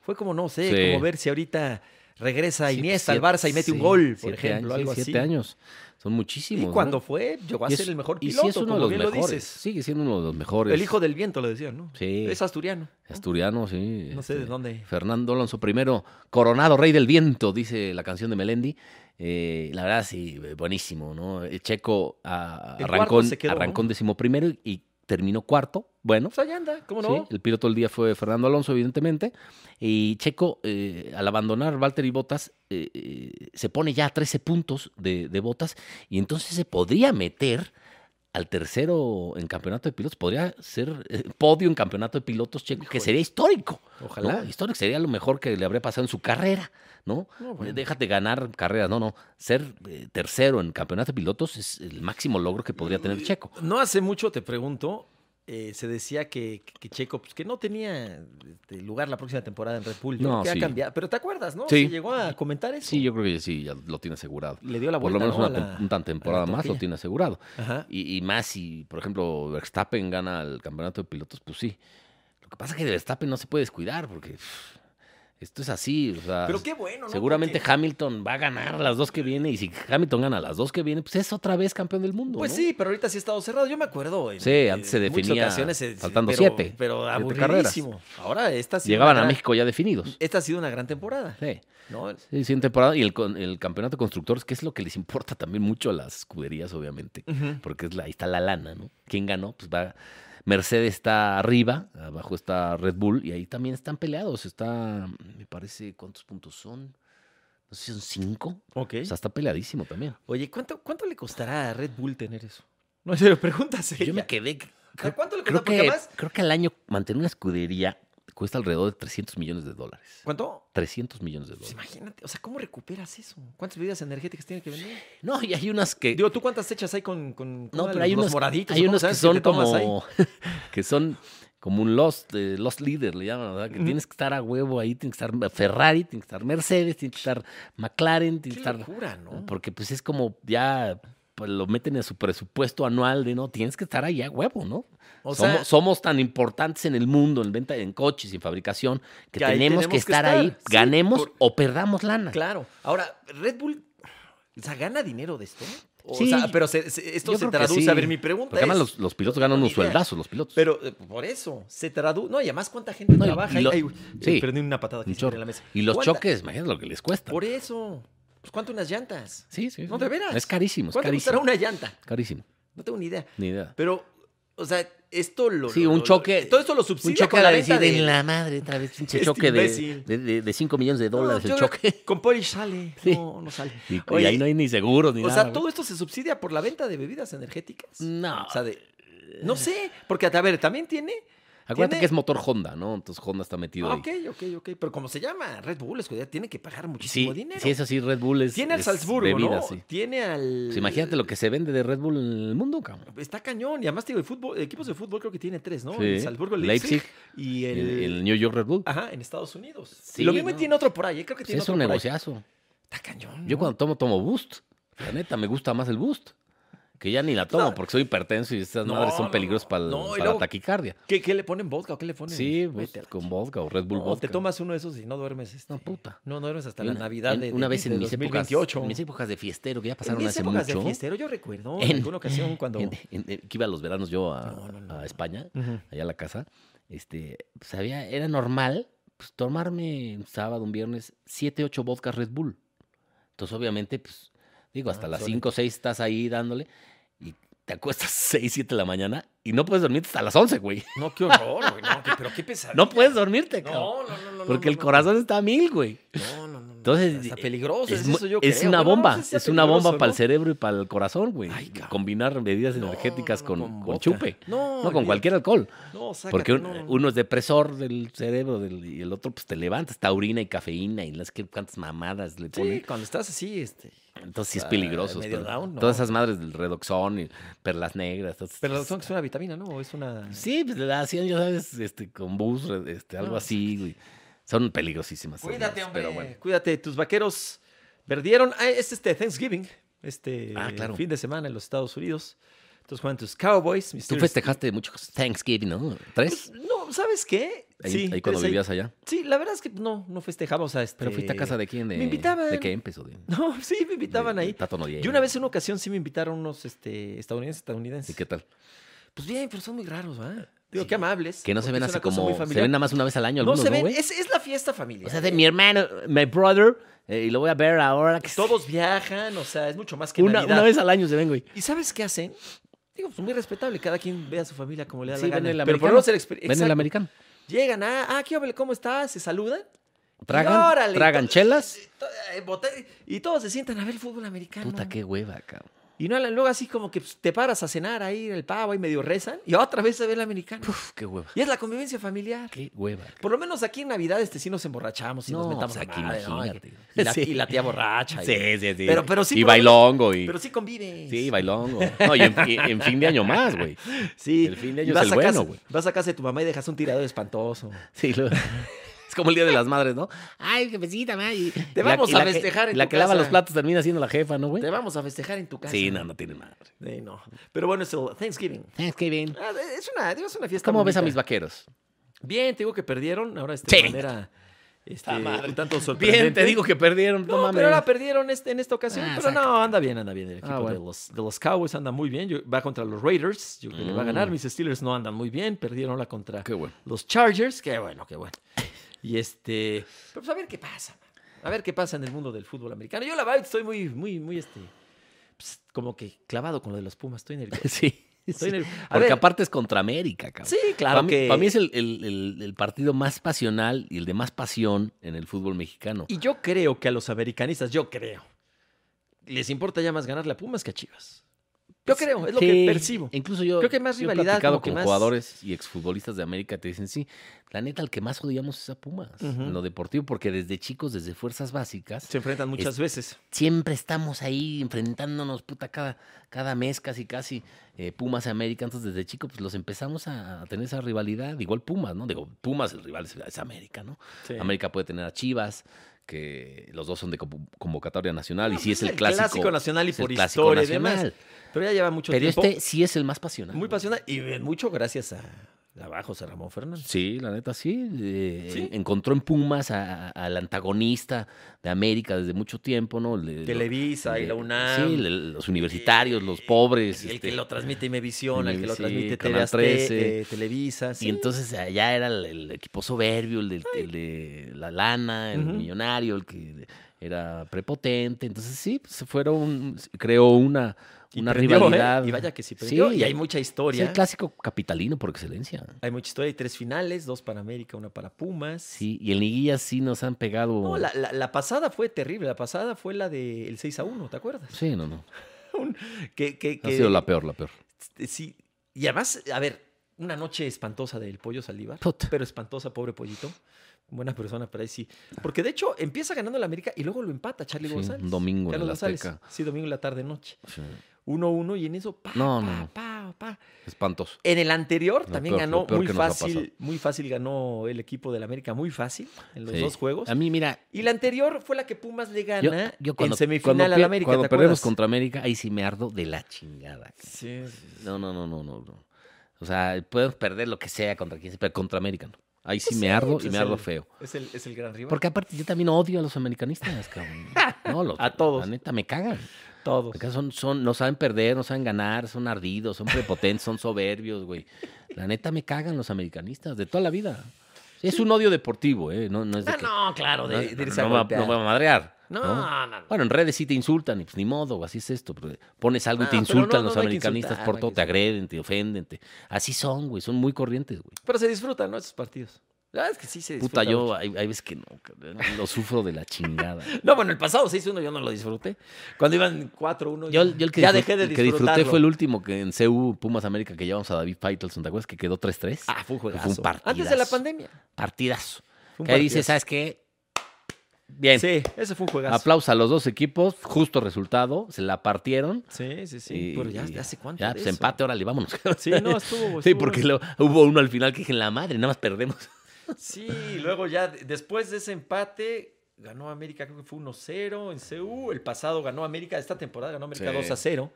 Fue como, no sé,
Sí.
como ver si ahorita regresa Iniesta al Barça y mete un gol, por ejemplo, algo así.
7 años. Son
Y
muchísimos. ¿no?
cuando fue, llegó a
Y es-
ser el mejor
y sí
piloto,
es uno
como
de los
bien
mejores.
lo dices.
Sigue siendo uno de los mejores.
El hijo del viento, lo decían, ¿no?
Sí.
Es asturiano. ¿no?
Asturiano, sí.
No sé de
este,
dónde.
Fernando Alonso I, coronado rey del viento, dice la canción de Melendi. Eh, la verdad, sí, buenísimo, ¿no? El Checo a-
El
arrancó,
cuarto
en-
se quedó,
arrancó en décimo primero y terminó cuarto. Bueno,
Pues ahí anda, ¿cómo no?
sí, el piloto del día fue Fernando Alonso, evidentemente. Y Checo, eh, al abandonar Valtteri Bottas, eh, eh, se pone ya a 13 puntos de, de Bottas y entonces se podría meter al tercero en campeonato de pilotos. Podría ser eh, podio en campeonato de pilotos, Checo, que
Híjole.
sería histórico.
Ojalá.
¿no? Histórico sería lo mejor que le habría pasado en su carrera, ¿no?
No, bueno.
Déjate ganar carreras, no, no. Ser eh, tercero en campeonato de pilotos es el máximo logro que podría tener Checo.
No hace mucho, te pregunto, eh, se decía que, que Checo, pues, que no tenía este, lugar la próxima temporada en Red Bull. Yo
No,
creo que
sí.
ha cambiado. Pero te acuerdas, ¿no?
Sí.
Se llegó a comentar eso.
Sí, yo creo que sí, ya lo tiene asegurado.
Le dio la
Por
vuelta,
lo menos
¿no?
una,
a la-
tem- una temporada más lo
tortilla.
tiene asegurado.
Ajá.
Y, y más si, por ejemplo, Verstappen gana el campeonato de pilotos, pues sí. Lo que pasa es que de Verstappen no se puede descuidar porque pff, esto es así. o sea,
Pero qué bueno, ¿no?
Ah, Seguramente
Porque-
Hamilton va a ganar las dos que viene y si Hamilton gana las dos que viene, pues es otra vez campeón del mundo.
Pues
¿no?
sí, pero ahorita sí ha estado cerrado. Yo me acuerdo. en-
Sí, antes se
en muchas
definía
ocasiones, eh,
faltando
pero-
siete,
Pero
siete
aburridísimo. Ahora esta ha sido
Llegaban
una
a
gran-
México ya definidos.
Esta ha sido una gran temporada.
Sí,
¿no?
sí, sí, en temporada. Y el, con- el campeonato de constructores, que es lo que les importa también mucho a las escuderías, obviamente.
Ujú.
porque es la- ahí está la lana, ¿no? ¿Quién ganó? Pues va. Mercedes está arriba, abajo está Red Bull y ahí también están peleados. Está, me parece, ¿cuántos puntos son? No sé si son cinco.
Ok.
O sea, está peleadísimo también.
Oye, ¿cuánto, ¿cuánto le costará a Red Bull tener eso? No, en serio, pregunta seria.
Yo me quedé. Creo,
¿Cuánto le
creo
costó? Porque
que,
además-
creo que al año mantener una escudería cuesta alrededor de 300 millones de dólares.
¿Cuánto?
300 millones de
Pues
dólares.
imagínate, o sea, ¿cómo recuperas eso? ¿Cuántas bebidas energéticas tiene que vender?
No, y hay unas que.
Digo, ¿tú cuántas hechas hay con, con con
no, pero
los-
hay
los
unos,
moraditos?
hay
¿Cómo
unos que
sabes
son
te tomas ahí?
como. que son como un lost, eh, lost leader, le llaman, ¿verdad? Que
Ujú.
tienes que estar a huevo ahí, tiene que estar Ferrari, tiene que estar Mercedes, tiene que estar McLaren, tiene
Qué
que estar.
locura, ¿no?
Porque pues es como ya pues, lo meten en su presupuesto anual de no, tienes que estar ahí a huevo, ¿no?
O
somos,
sea,
somos tan importantes en el mundo, en venta, en coches y en fabricación, que,
Que ahí
tenemos, que
tenemos que
estar,
estar.
ahí,
Sí,
ganemos
por-
o perdamos lana.
claro. Ahora, Red Bull, o sea, ¿gana dinero de esto? O
Sí,
sea, pero se- se- esto
yo
se
creo que
traduce,
sí.
a ver, mi pregunta
Porque además
es...
los, los pilotos ganan
Buena
unos
idea.
sueldazos, los pilotos.
Pero eh, por eso, se traduce... No, y además, ¿cuánta gente
No, y-
trabaja?
y lo-
ahí? Ay, uy,
sí.
perdí una patada que
Un
se en
chorro.
la mesa.
y los
¿Cuánta-
choques, imagínate lo que les cuesta.
Por eso. Pues, ¿Cuánto unas llantas?
Sí, sí.
No,
sí.
de veras.
Es carísimo, es
¿Cuánto
carísimo.
costará una llanta?
Carísimo,
No tengo ni idea.
ni idea.
Pero, o sea, esto lo.
Sí,
lo-
un
lo-
choque-
Todo esto lo subsidia
Un choque
con
a
la
decir
venta de.
de la madre, otra vez, pinche
Este
choque de,
imbécil.
de, 5 millones de
No,
dólares
yo
el
creo
choque.
que Con Polish sale.
Sí.
No, no sale.
Y, y
Oye,
ahí no hay ni seguros ni
o
nada.
sea,
güey.
todo esto se subsidia por la venta de bebidas energéticas.
No.
O sea, de. No sé, porque a ver, también tiene.
Acuérdate
tiene-
que es motor Honda, ¿no? Entonces Honda está metido
Ah,
ahí.
ok, ok, ok. Pero como se llama Red Bull, es que tiene que pagar
Sí,
muchísimo dinero.
sí, eso sí, Red Bull es.
tiene al
es
Salzburgo,
bebida,
¿no?
sí.
Tiene al.
Pues imagínate lo que se vende de Red Bull en el mundo, cabrón.
Está cañón. Y además, digo, el fútbol, equipos de fútbol creo que tiene tres, ¿no?
Sí.
El Salzburgo, el Leipzig,
Leipzig,
y
El,
el,
el New York Red Bull.
Ajá, en Estados Unidos.
Sí,
y lo mismo y
no.
tiene otro por ahí. ¿eh? Creo que
Pues
tiene
es
otro
un
por ahí.
negociazo.
Está cañón.
Yo
¿no?
cuando tomo, tomo Boost. La neta, me gusta más el Boost. Que ya ni la tomo
No.
porque soy hipertenso y estas
No,
madres
no,
son peligrosas
no.
para, el-
No, y
para
luego-
la taquicardia.
¿Qué, qué le ponen vodka o qué le ponen?
Sí, pues,
Vete a la
con
ch-
vodka o Red Bull
No,
vodka.
te tomas uno de esos y no duermes. este,
No, puta.
No, no duermes hasta
Y
la
una-
Navidad
en-
de, de-
Una vez en
de
mis, épocas,
2028.
en mis épocas de fiestero, que ya
En
pasaron
mis
hace
épocas
mucho.
de fiestero, yo recuerdo en
En-
alguna ocasión cuando...
en- en- en- que iba los veranos yo a,
No, no, no.
a España,
Ujú.
allá a la casa, este, pues había, era normal pues, tomarme un sábado, un viernes, siete, ocho vodkas Red Bull. Entonces, obviamente, pues, digo, hasta
Ah,
las
solito.
5 o 6 estás ahí dándole y te acuestas 6, 7 de la mañana y no puedes dormirte hasta las 11, güey.
No, qué horror, güey. No, que- pero qué pesadilla.
No puedes dormirte, cabrón.
No, no, no, no, no.
porque
no,
el
no.
corazón está a mil, güey.
No, no, no.
Entonces,
Entonces, está peligroso. Es,
mu-
eso yo
es
creo.
una
Bueno, no
bomba,
sé si sea
es una bomba
peligroso,
para el
¿no?
cerebro y para el corazón, güey.
Ay, cabrón.
Combinar bebidas
No,
energéticas
no,
con,
con
con
vodka.
chupe.
No,
No, con
olvídate.
cualquier alcohol.
No, sácate,
Porque un-
no, no.
uno es depresor del cerebro del- y el otro pues te levantas, taurina y cafeína y las que cuántas mamadas le
Sí,
ponen.
cuando estás así, este.
Entonces sí es
Ah,
peligroso.
medio
pero-
down, no.
Todas esas madres del redoxón y perlas negras. todas-
Pero la son que es una vitamina, ¿no? Es una.
Sí, pues le hacían, ya sabes, este, con bus, re- este, algo
No,
así, güey. Son peligrosísimas. esas
Cuídate,
madres,
hombre.
Pero bueno.
Cuídate, tus vaqueros perdieron. Ah, es este Thanksgiving, este
Ah, claro.
fin de semana en los Estados Unidos. Entonces juegan tus Cowboys. mis
Tú
Steelers.
festejaste mucho Thanksgiving, ¿no? ¿Tres?
Pues, No, ¿sabes qué?
Ahí,
Pues, sí,
ahí cuando
tres ahí.
vivías allá.
Sí, la verdad es que no, no festejamos a este.
Pero fuiste a casa de quién? De,
me invitaban.
¿De qué empezó? De,
No, sí, me invitaban
de- de
ahí.
Tato Noriega.
Y una vez en una ocasión sí me invitaron unos este, estadounidenses,
¿Y
estadounidenses.
qué tal?
Pues bien, pero son muy raros, ¿verdad? Digo,
Sí.
qué amables.
Que no se
porque
ven
es
así
una cosa
como.
muy
Se
familiar.
ven nada más una vez al año
No
algunos,
se
¿no,
ven,
güey?
es, es la fiesta familiar.
O sea, de mi hermano, my brother, eh, y lo voy a ver ahora que
Todos viajan, o sea, es mucho más que
una,
Navidad.
una vez al año se ven, güey.
¿Y sabes qué hacen? Digo, pues muy respetable, cada quien ve a su familia como le da
Sí,
la
ven
gana.
el
Pero por lo
americano,
menos el exper-
Ven el
Exacto.
americano.
Llegan, ah, ah, ¿qué óvole, ¿Cómo estás? Se saludan.
Tragan,
Y órale,
tragan
to-
chelas.
eh, to- eh, bote- Y todos se sientan a ver el fútbol americano.
Puta, qué hueva, cabrón.
Y no, luego así como que pues, te paras a cenar ahí el pavo y medio rezan. Y otra vez se ve el americano.
Uf, qué hueva.
Y es la convivencia familiar.
Qué hueva. cabrón.
Por lo menos aquí en Navidad este, sí nos emborrachamos y nos
No,
metamos
pues,
a
aquí
madre, ¿no?
imagínate.
Y la,
Sí.
y la tía borracha. y-
Sí, sí, sí.
Pero- pero sí
y
por lo menos-
bailongo. Y,
Pero sí convives.
sí, bailongo. No, y en, y en fin de año más, güey.
Sí.
El fin de
y
año es
vas
el
a
bueno,
casa-
güey.
Vas a casa de tu mamá y dejas un tirador espantoso.
Sí, lo- Es como el Día de las Madres, ¿no? Ay, jefecita, ma. y- y la-
vamos
y
a
la que-
festejar en
La
tu
que lava
casa.
los platos termina siendo la jefa, ¿no, güey?
Te vamos a festejar en tu casa.
Sí, no, no tiene madre.
Sí, no. Pero bueno, es el Thanksgiving.
Thanksgiving.
Ah, Es una, digo, es una fiesta.
¿Cómo ves a mis
bonita.
vaqueros?
Bien, te digo que perdieron. Ahora este, de
Sí.
manera este,
Ah, madre.
un tanto sorprendente.
Bien, te digo que perdieron. No,
No,
mames.
pero ahora perdieron este- en esta ocasión.
Ah,
pero no,
sácate.
anda bien, anda bien. El equipo
Ah, bueno.
de, los, de los Cowboys anda muy bien. Yo- va contra los Raiders. Yo creo que le va a ganar.
Mm.
Mis Steelers no andan muy bien. Perdieron la contra
Qué bueno.
los Chargers. Qué bueno, qué bueno. Y este. Pero pues a ver qué pasa. A ver qué pasa en el mundo del fútbol americano. Yo la verdad estoy muy, muy, muy este. pues, como que clavado con lo de los Pumas. Estoy nervioso.
Sí.
Estoy nervio- A
Porque
ver,
aparte es contra América, cabrón.
sí, claro
para, mí,
que...
para mí es el, el- el- el partido más pasional y el de más pasión en el fútbol mexicano.
Y yo creo que a los americanistas, yo creo, les importa ya más ganarle a Pumas que a Chivas. Yo creo, es lo
Pues, Sí,
que percibo.
Incluso yo,
Creo que hay más
yo he
rivalidad,
platicado
como que
con
más-
jugadores y exfutbolistas de América te dicen, sí, la neta, el que más odiamos es a Pumas
Ujú.
en lo deportivo, porque desde chicos, desde fuerzas básicas,
Se enfrentan muchas veces.
siempre estamos ahí enfrentándonos, puta, cada, cada mes casi, casi, eh, Pumas y América. Entonces, desde chico, pues los empezamos a, a tener esa rivalidad. Igual Pumas, ¿no? Digo, Pumas, el rival es, es América, ¿no?
Sí.
América puede tener a Chivas, que Eh, los dos son de convo- convocatoria nacional,
No,
y sí
pues
es el clásico.
nacional y
es el
por
clásico
historia y
nacional.
demás. Pero ya lleva mucho
Pero
tiempo.
este sí es el más pasional.
Muy pasional y eh, mucho gracias a abajo a Ramón Fernández.
Sí, la neta sí. eh,
Sí.
Encontró en Pumas a- a- al antagonista de América desde mucho tiempo, ¿no? Le-
Televisa y
le-
la UNAM.
Sí, le- los universitarios, los pobres.
Y el
este,
que lo transmite Imevisión, el que lo
Sí,
transmite
Canal
TV Azte-
13.
eh, Televisa.
Y entonces allá era el, el equipo soberbio, el de, el de la lana, el
Ujú.
millonario, el que era prepotente. Entonces sí, se fueron, creó una,
Y
una
prendió, ¿eh?
rivalidad.
Y vaya que sí
Sí,
prendió. y
ya-
hay mucha
Es el
historia.
clásico capitalino por excelencia.
hay mucha historia. Hay tres finales, dos para América, una para Pumas.
Sí, y en liguilla sí nos han pegado.
No, la, la- la pasada fue terrible. La pasada fue la del 6 a 1, ¿te acuerdas?
Sí, no, no.
Que, que-
Ha
que-
sido la peor, la peor.
Este, Sí. Y además, a ver, una noche espantosa del pollo Saldívar.
Puta.
Pero espantosa, pobre pollito. Buena persona, pero ahí sí. Porque de hecho empieza ganando la América y luego lo empata Charlie
Sí,
González.
un domingo en
Carlos
el
González.
Azteca.
Sí, domingo en la tarde-noche.
Sí.
1-1 y en eso, pa,
No,
pa,
no.
pa, pa.
Espantoso.
En el anterior
Lo
también
peor,
ganó
lo peor
muy
que nos ha pasado.
fácil, muy fácil ganó el equipo del América, muy fácil en los
Sí.
dos juegos.
A mí, mira,
Y la anterior fue la que Pumas le
yo,
gana
yo cuando,
en semifinal
cuando
al
pier-
América.
cuando
¿te
perdemos
acuerdas?
contra América, ahí sí me ardo de la chingada.
Sí,
No, no, no, no, no, no. O sea, podemos perder lo que sea contra quien sea, pero contra América no. Ahí sí
Pues sí,
me ardo
pues
y
es
me ardo
el-
feo.
es el, es el gran rival.
Porque aparte yo también odio a los americanistas, cabrón. No, los-
A todos.
La neta me cagan.
todos.
Acá son, son, no saben perder, no saben ganar, son ardidos, son prepotentes, son soberbios, güey. La neta me cagan los americanistas de toda la vida. Es un odio deportivo, ¿eh? No, no es de
Ah,
que-
no, claro, de, de
no,
irse
no
a
va-
golpear.
no va a madrear.
No, no, no.
Bueno, en redes sí te insultan, y pues ni modo, güey, así es esto. pero Pones algo
Ah,
y te
pero
insultan
no, no,
los
no hay que
americanistas
insultar, no
por
hay
todo,
que
te agreden, te ofenden. te- Así son, güey, son muy corrientes, güey.
Pero se disfrutan, ¿no? Esos partidos. La verdad es que sí se disfruta
Puta, yo
mucho.
hay, hay veces que no, cabrón, lo sufro de la chingada.
No, bueno, el pasado 6-1 yo no lo disfruté. Cuando iban 4-1,
Yo, yo el que,
ya
disfrut-
dejé de
el que disfruté
disfrutarlo.
fue el último que en CU Pumas América que llevamos a David Faitelson, ¿te acuerdas que quedó 3-3?
Ah, fue un
un
juegazo. Antes de la
partidazo.
pandemia.
Partidazo.
Fue un
Que
partidazo.
dices, ¿sabes qué? Bien.
Sí, ese fue un juegazo.
Aplausos a los dos equipos, justo resultado, se la partieron.
Sí, sí, sí.
y-
Pero ya hace cuánto.
Ya,
de
pues
Ah, eso?
empate, órale, vámonos.
Sí, no, estuvo.
Sí,
estuvo
porque
bueno.
lo- hubo uno al final que dije, la madre, nada más perdemos.
Sí, luego ya de- después de ese empate. Ganó América, creo que fue 1-0 en CU. El pasado ganó América, esta temporada ganó América
Sí.
2-0.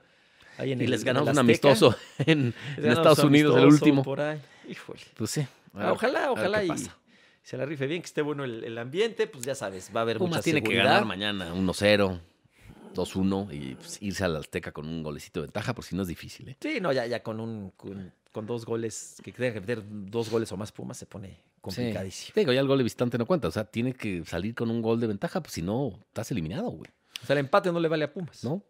Ahí en
Y
el-
les
en
ganamos
el
un
Azteca.
amistoso en,
Les
en
ganamos
Estados
un
Unidos, el
amistoso
último.
por ahí. Híjole.
Pues sí.
Ah, ojalá, ojalá
qué
y
pasa.
se la rife bien, que esté bueno el, el ambiente, pues ya sabes, va a haber mucha
Pumas tiene que
seguridad.
ganar mañana 1-0, 2-1 y pues, irse al Azteca con un golecito de ventaja, por si no es difícil. ¿eh?
Sí, no, ya, ya con un con, con dos goles, que tenga que meter dos goles o más Pumas se pone complicadísimo.
Te Digo, ya el gol de visitante no cuenta. O sea, tiene que salir con un gol de ventaja, pues si no, estás eliminado, güey.
O sea, el empate no le vale a Pumas.
¿No?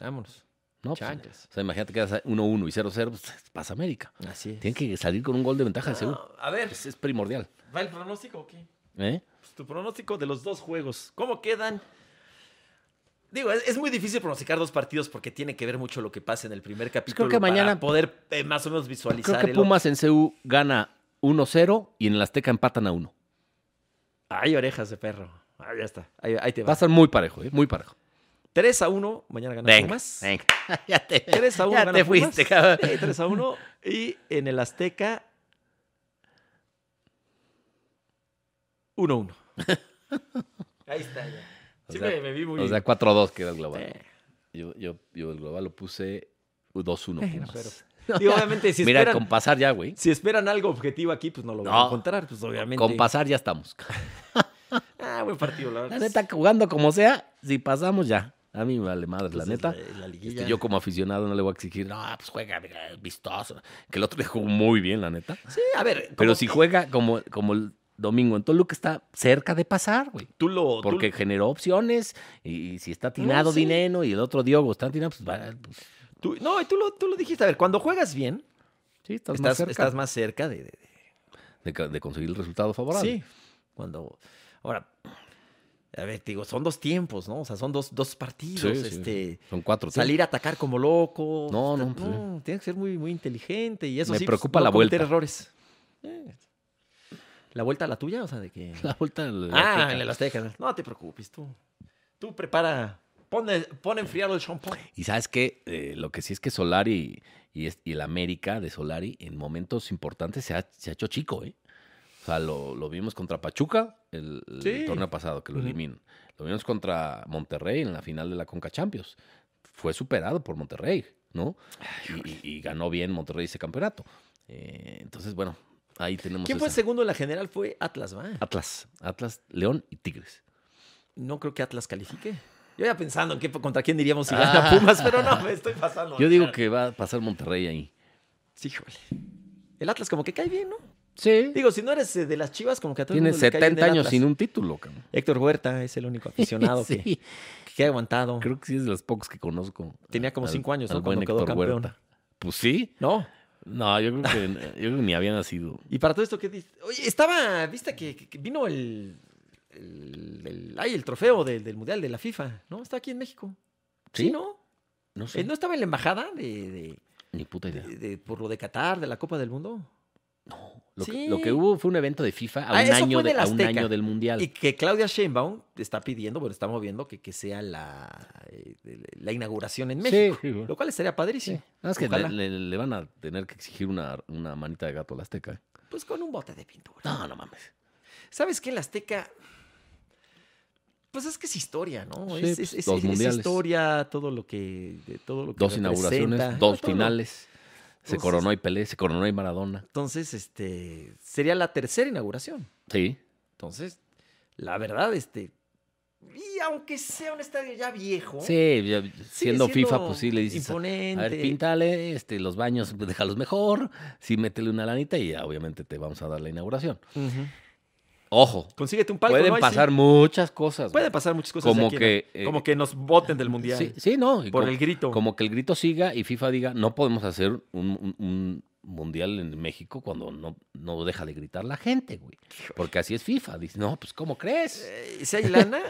Vámonos.
No. pues,
Chances.
o sea, imagínate que quedas 1-1 y 0-0, pues pasa América.
Así es.
Tiene que salir con un gol de ventaja,
No,
seguro.
a ver,
Es, es primordial.
¿va el pronóstico o qué?
¿eh?
Pues tu pronóstico de los dos juegos, ¿cómo quedan? Digo, es, es muy difícil pronosticar dos partidos porque tiene que ver mucho lo que pasa en el primer capítulo.
Pues que mañana-
para poder eh, más o menos visualizar.
Creo que
el
Pumas en CU gana 1-0 y en el Azteca empatan a 1.
Hay orejas de perro. Ah, ya está. Ahí, ahí te
Va a
va.
estar muy parejo, ¿eh? muy parejo.
3 a 1. Mañana gana Pumas.
venga. ya te,
3 a 1.
ya
gana
te
Pumas.
fuiste, cabrón.
Sí, 3 a 1. Y en el Azteca. 1 a 1. Ahí está ya.
O
Sí,
sea-
me, me vi muy
O sea, 4-2 queda el global.
Eh,
Yo, yo, yo el global lo puse 2-1
Bueno,
Pumas.
Digo, obviamente, si
Mira,
esperan,
con pasar ya, güey.
si esperan algo objetivo aquí, pues no lo van a
No.
encontrar. Pues obviamente.
Con pasar ya estamos.
Ah, buen partido, la
La
verdad.
neta, jugando como sea, si pasamos ya. A mí me vale madre, la
Entonces, eh,
neta.
La, la
Este,
liguilla.
yo como aficionado no le voy a exigir, no, pues juega mira, vistoso. Que el otro día jugó muy bien, la neta.
Sí, a ver.
Pero
como
si
que
juega como, como el domingo en Toluca, está cerca de pasar, güey.
Tú lo. tú-
Porque generó opciones y, y si está atinado
sí.
Dineno y el otro Diogo está atinado, pues, va, pues,
Tú- no, y tú lo, tú lo dijiste. A ver, cuando juegas bien,
Sí, estás,
estás,
más cerca
estás más cerca de- de- de
de, ca- de conseguir el resultado favorable.
Sí. Cuando. Ahora. A ver, te digo, son dos tiempos, ¿no? O sea, son dos, dos partidos.
Sí, sí,
este,
Son cuatro. tiempos.
Salir a atacar como loco.
No,
este,
no, pues,
tienes que ser muy, muy inteligente. Y eso
Me
sí, pues,
preocupa
no
la
cometer
vuelta.
errores. Eh, ¿La vuelta a la tuya? O sea, de que.
La vuelta del
ah,
Azteca.
en el Azteca. No te preocupes, tú. Tú prepara. Pone, pon a enfriar el champán.
Y sabes que lo que sí es que Solari y, es- y el América de Solari en momentos importantes se ha, se ha hecho chico, ¿eh? O sea, lo, lo vimos contra Pachuca el, el
Sí.
torneo pasado, que lo
Ujú.
eliminan. Lo vimos contra Monterrey en la final de la Conca Champions. Fue superado por Monterrey, ¿no? Y, y- y ganó bien Monterrey ese campeonato. Eh, entonces, bueno, ahí tenemos.
¿Quién fue
esa.
segundo en la general? Fue Atlas, ¿va?
Atlas. Atlas, León y Tigres.
No creo que Atlas califique. Yo ya pensando en qué, contra quién diríamos si gana Pumas, pero no, me estoy pasando.
Ah. Yo digo que va a pasar Monterrey ahí.
Sí, híjole. El Atlas como que cae bien, ¿no?
Sí.
Digo, si no eres eh, de las Chivas, como que a todo el
Tiene
mundo le cae
70
bien el
años
Atlas. Ah,
sin un título, cabrón.
Héctor Huerta es el único aficionado
Sí.
que, que ha aguantado.
Creo que sí es de los pocos que conozco. Ah,
Tenía como
Al-
cinco años,
al
¿no?
buen
Cuando quedó
Héctor
campeón.
Huerta. Pues sí.
No.
No, yo creo que, yo creo que ni había nacido.
Y para todo esto, ¿qué dices? Oye, estaba, viste que, que- que vino el, el, el- ay, el trofeo del, del Mundial de la FIFA, ¿no? Está aquí en México. Sí,
¿Sí?
¿no?
No
Eh, ¿No estaba en la embajada de,
Ni puta
de-
idea.
de- de- por lo de Qatar, de la Copa del Mundo?
Lo, que-
sí.
lo que hubo fue un evento de FIFA a,
Ah,
un,
eso
año
fue
de-
del
a un
Azteca.
año del Mundial.
Y que Claudia Sheinbaum está pidiendo, bueno, estamos viendo que, que sea la, eh, de- la inauguración en México.
Sí, sí, bueno.
Lo cual estaría
Sí.
padrísimo.
Nada más que
Ojalá.
le, le- le van a tener que exigir una, una manita de gato al Azteca. ¿eh?
Pues con un bote de pintura.
No, no mames.
¿Sabes qué? El Azteca. Pues es que es historia, ¿no?
Sí,
es,
pues,
es- es-
dos
es
mundiales.
historia, todo lo que. de- todo lo que
Dos
representa, Pues
inauguraciones, dos
todo. Pues
finales. Se
Entonces-
coronó y Pelé, se coronó y Maradona.
Entonces, este. Sería la tercera inauguración.
Sí.
Entonces, la verdad, este. Y aunque sea un estadio ya viejo.
Sí, ya-
sigue
siendo, FIFA,
siendo
pues sí, le dices,
Imponente.
A ver, píntale, este, los baños, pues, déjalos mejor, sí, métele una lanita y ya, obviamente te vamos a dar la inauguración.
Ujú.
Ojo,
Consíguete un palco.
pueden
¿no? Ahí sí.
pasar muchas cosas.
Pueden
güey.
pasar muchas cosas.
Como
de aquí, ¿no?
que, eh,
como que nos voten del mundial.
Sí, sí, no. y
por
como,
el grito.
como que el grito siga y FIFA diga, no podemos hacer un, un- un mundial en México cuando no, no deja de gritar la gente, güey. Porque así es FIFA. Dice, no, pues, ¿cómo crees?
Eh, si hay lana.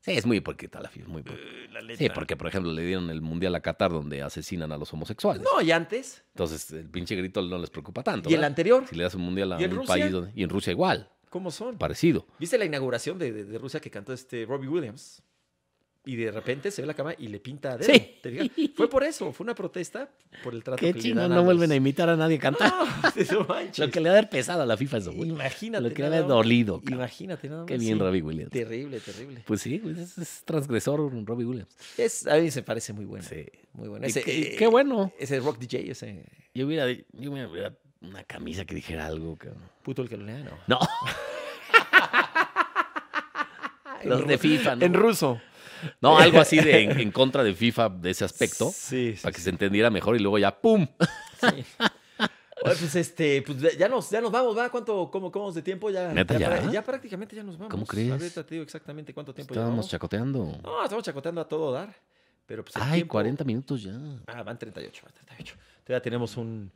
Sí, es muy hipócrita la FIFA. Muy hipócrita.
la
Sí,
letra.
porque, por ejemplo, le dieron el mundial a Qatar donde asesinan a los homosexuales.
No, y antes.
Entonces, el pinche grito no les preocupa tanto.
Y el
¿verdad?
anterior.
Si le das un mundial a
¿Y en
un
Rusia?
país donde- y en Rusia igual,
¿Cómo son?
parecido.
¿Viste la inauguración de, de- de Rusia que cantó este Robbie Williams? Y de repente se ve la cama y le pinta a dedo.
Sí.
¿Te fijas? Fue por eso, fue una protesta por el trato que le dan
imitar a nadie cantar.
los- No, no manches.
Lo que le ha de pesado a la FIFA eso, güey.
Imagínate.
Lo que le
nada
ha
más.
dolido. cabrón.
Imagínate nada más.
Qué bien
sí.
Robbie Williams.
Terrible, terrible.
Pues sí, güey, es, es transgresor un Robbie Williams.
Es, a mí se parece muy bueno.
Sí.
Muy bueno.
Y
Ese,
qué,
eh,
qué bueno.
Ese rock DJ, ese
Yo hubiera, yo me hubiera una camisa que dijera algo, cabrón.
puto el que lo lea, no.
No. Los de FIFA, ¿no?
En ruso.
No, algo así de en, en contra de FIFA de ese aspecto.
Sí, sí,
Para que se entendiera mejor y luego ya, ¡pum!
Sí. Oye, pues este, pues ya nos, ya nos vamos, ¿va? ¿Cuánto, cómo, cómo vamos de tiempo? Ya,
¿Neta ya?
pra- ya prácticamente ya nos vamos.
¿Cómo crees?
Ahorita te digo exactamente cuánto tiempo
Estábamos
llevamos.
chacoteando.
No, estamos chacoteando a todo dar. Pero pues el
Ay,
tiempo-
40 minutos ya.
Ah, van 38, van 38. Todavía tenemos un,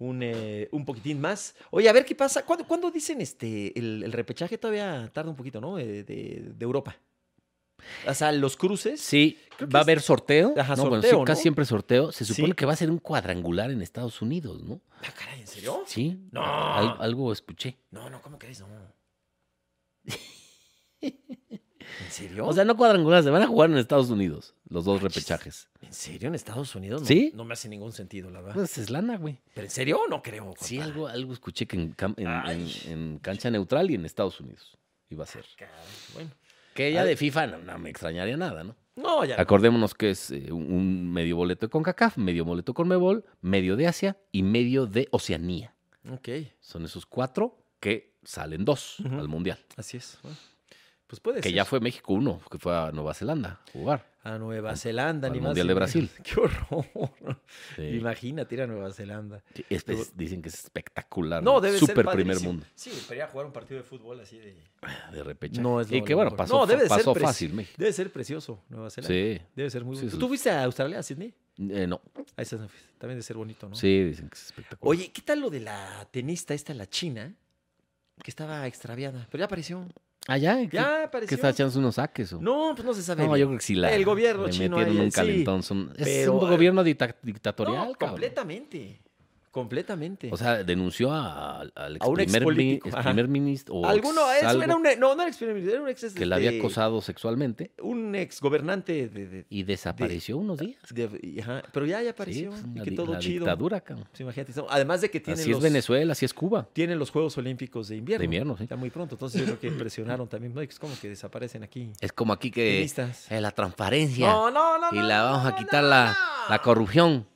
un, eh, un poquitín más. Oye, a ver qué pasa. ¿Cuándo, cuándo dicen este, el, el repechaje? Todavía tarda un poquito, ¿no? Eh, De, de Europa. O sea, los cruces.
Sí,
Creo que
va a
es-
haber sorteo.
Ajá,
no, bueno, sí,
sorteo, ¿no?
casi siempre sorteo. Se supone
Sí.
que va a ser un cuadrangular en Estados Unidos, ¿no?
Ah, caray, ¿en serio?
Sí.
No.
Al- algo escuché.
No, no, ¿cómo crees? No. ¿En serio?
O sea, no cuadrangular, se van a jugar en Estados Unidos, los dos
Manches.
repechajes.
¿En serio? ¿En Estados Unidos? No,
¿Sí?
No me hace ningún sentido, la verdad.
Pues es lana, güey.
¿Pero en serio? No creo.
Sí,
compadre.
algo, algo escuché que en, cam- en- en-
Ay.
en cancha neutral y en Estados Unidos iba a ser.
Caray, Bueno.
Que
A
ya
ver.
de FIFA no, no me extrañaría nada, ¿no?
No, ya.
Acordémonos que es eh, un- un medio boleto de CONCACAF, medio boleto con Mebol, medio de Asia y medio de Oceanía.
Ok,
Son esos cuatro que salen dos
Ujú.
al Mundial.
así es. Bueno, Pues puede
Que
ser.
ya fue México uno, que fue a Nueva Zelanda a jugar.
A Nueva Zelanda,
al
ni más.
Mundial
ni
de
menos.
Brasil.
Qué horror.
Sí.
Imagínate ir a Nueva Zelanda.
Sí, es- es- dicen que es espectacular.
No, debe ser.
Super
padrísimo.
primer mundo
Sí, pero ir a jugar un partido de fútbol así de.
de repechaje.
No es lo-
y que
lo
bueno,
mejor.
pasó,
No, debe de ser
pasó
preci-
fácil México.
Debe ser precioso, Nueva Zelanda.
Sí.
Debe ser muy
Sí,
bueno.
sí.
¿Tú fuiste a Australia, a Sydney?
Eh, no.
A esas no fui. También de ser bonito, ¿no?
Sí, dicen que es espectacular.
Oye, ¿qué tal lo de la tenista esta, la china? Que estaba extraviada, pero ya apareció.
Ah, ya. ¿Qué-
Ya
¿Qué,
apareció.
está echándose unos saques? o-
No, pues no se sabe.
No,
bien.
yo creo que sí la.
El gobierno
le
chino
metieron
ahí,
un
sí.
calentón. son- es
Pero,
un
eh,
gobierno dicta-
No,
dictatorial, cabrón.
completamente. Completamente.
O sea, denunció a- al ex
A un ex
primer, mi-
político,
ex
ajá.
primer ministro. O
Alguno,
ex
eso
algo
era un, e, no, no era experimento, era un ex,
que la había
este,
acosado sexualmente
Un ex gobernante de, de-
y desapareció unos días.
de- y- ajá, pero ya, ya apareció.
pues,
y
una
que
di-
todo
la
chido.
dictadura, cabrón.
Pues imagínate, estamos- además de que tienen
Así es
los,
Venezuela, así es Cuba.
tienen los Juegos Olímpicos de invierno.
De invierno, sí.
Está muy pronto, entonces yo creo que presionaron también. No, es como que desaparecen aquí.
Es como aquí que
Tenistas.
eh, la transparencia
no, no,
y la vamos a quitar la, la corrupción.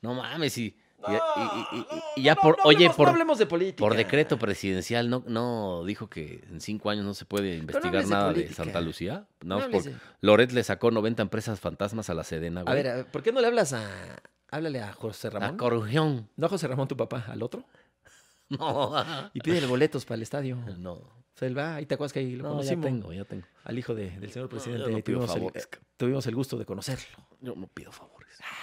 No mames, y, y- y- y- y- y ya por, oye, por,
hablemos de política.
por decreto presidencial no, no dijo que en cinco años no se puede investigar
hables de
nada de,
política.
Santa Lucía.
No
No, por,
hables de-
Loret le sacó 90 empresas fantasmas a la Sedena,
A
güey.
ver, a ver, ¿por qué no le hablas a. Háblale a José
la
Ramón?
corrupción.
No a José Ramón, tu papá, al otro.
No,
Y pídele boletos para el estadio.
no,
O sea, Pues él va, ahí te acuerdas que ahí lo
no, ya
conocimos.
tengo, ya tengo.
Al hijo de- del señor
No, yo
presidente.
no
ahí
pido
tuvimos, el,
favores,
eh, tuvimos el gusto de conocerlo.
Yo no pido favores.
Ah,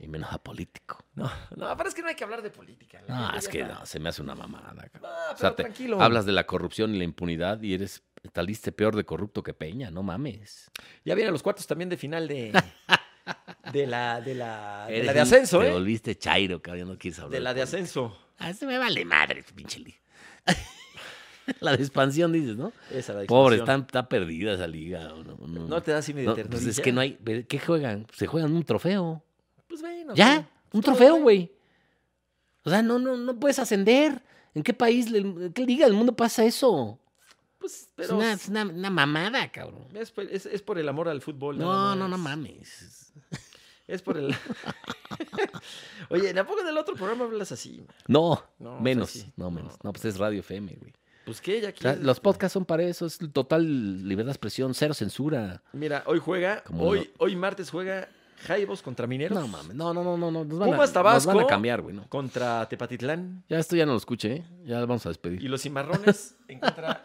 Y menos a político.
No, no, pero es que no hay que hablar de política. la
No,
neta,
es
ya
que
está.
no, se me hace una mamada.
No,
cabrón.
pero
O sea, te
tranquilo.
hablas de la corrupción y la impunidad y eres taliste peor de corrupto que Peña, no mames.
Ya vienen los cuartos también de final de, de la de la de, la
Eres
de
un-
ascenso,
Te
¿eh?
volviste chairo, cabrón, no quieres hablar.
De la de
política.
ascenso.
Ah, se me vale madre, pinche liga. la de expansión, dices, ¿no?
Esa la de
Pobre, está,
expansión.
está perdida esa liga. No, no,
No te das ni de
no,
ternurilla.
pues es que no hay. pero ¿Qué juegan? Pues Se juegan un trofeo.
Pues bueno,
¿Ya?
sí.
Un
Todo
trofeo,
bien.
güey. O sea, no, no, no puedes ascender. ¿En qué país, le- en qué liga del mundo pasa eso?
Pues,
Es
pero
una-
es,
es una- una mamada, cabrón.
por- es- es por el amor al fútbol.
No,
nada
no, no
más.
mames.
Es por el. Oye, tampoco en el otro programa hablas así. man?
No,
No,
menos,
o sea, sí.
no menos.
No.
No, pues es Radio FM, güey.
Pues que ya
O sea,
quieres.
los podcasts son para eso, es total libertad de expresión, cero censura.
Mira, hoy juega,
Como
hoy, hoy martes juega Jaibos contra Mineros.
No mames, no, no, no, no, no. Nos van, a,
Pumas,
nos van a
Tabasco.
cambiar, güey, no.
Contra Tepatitlán.
Ya esto ya no lo escuché, ¿eh? Ya lo vamos a
Y
despedir.
los cimarrones en contra.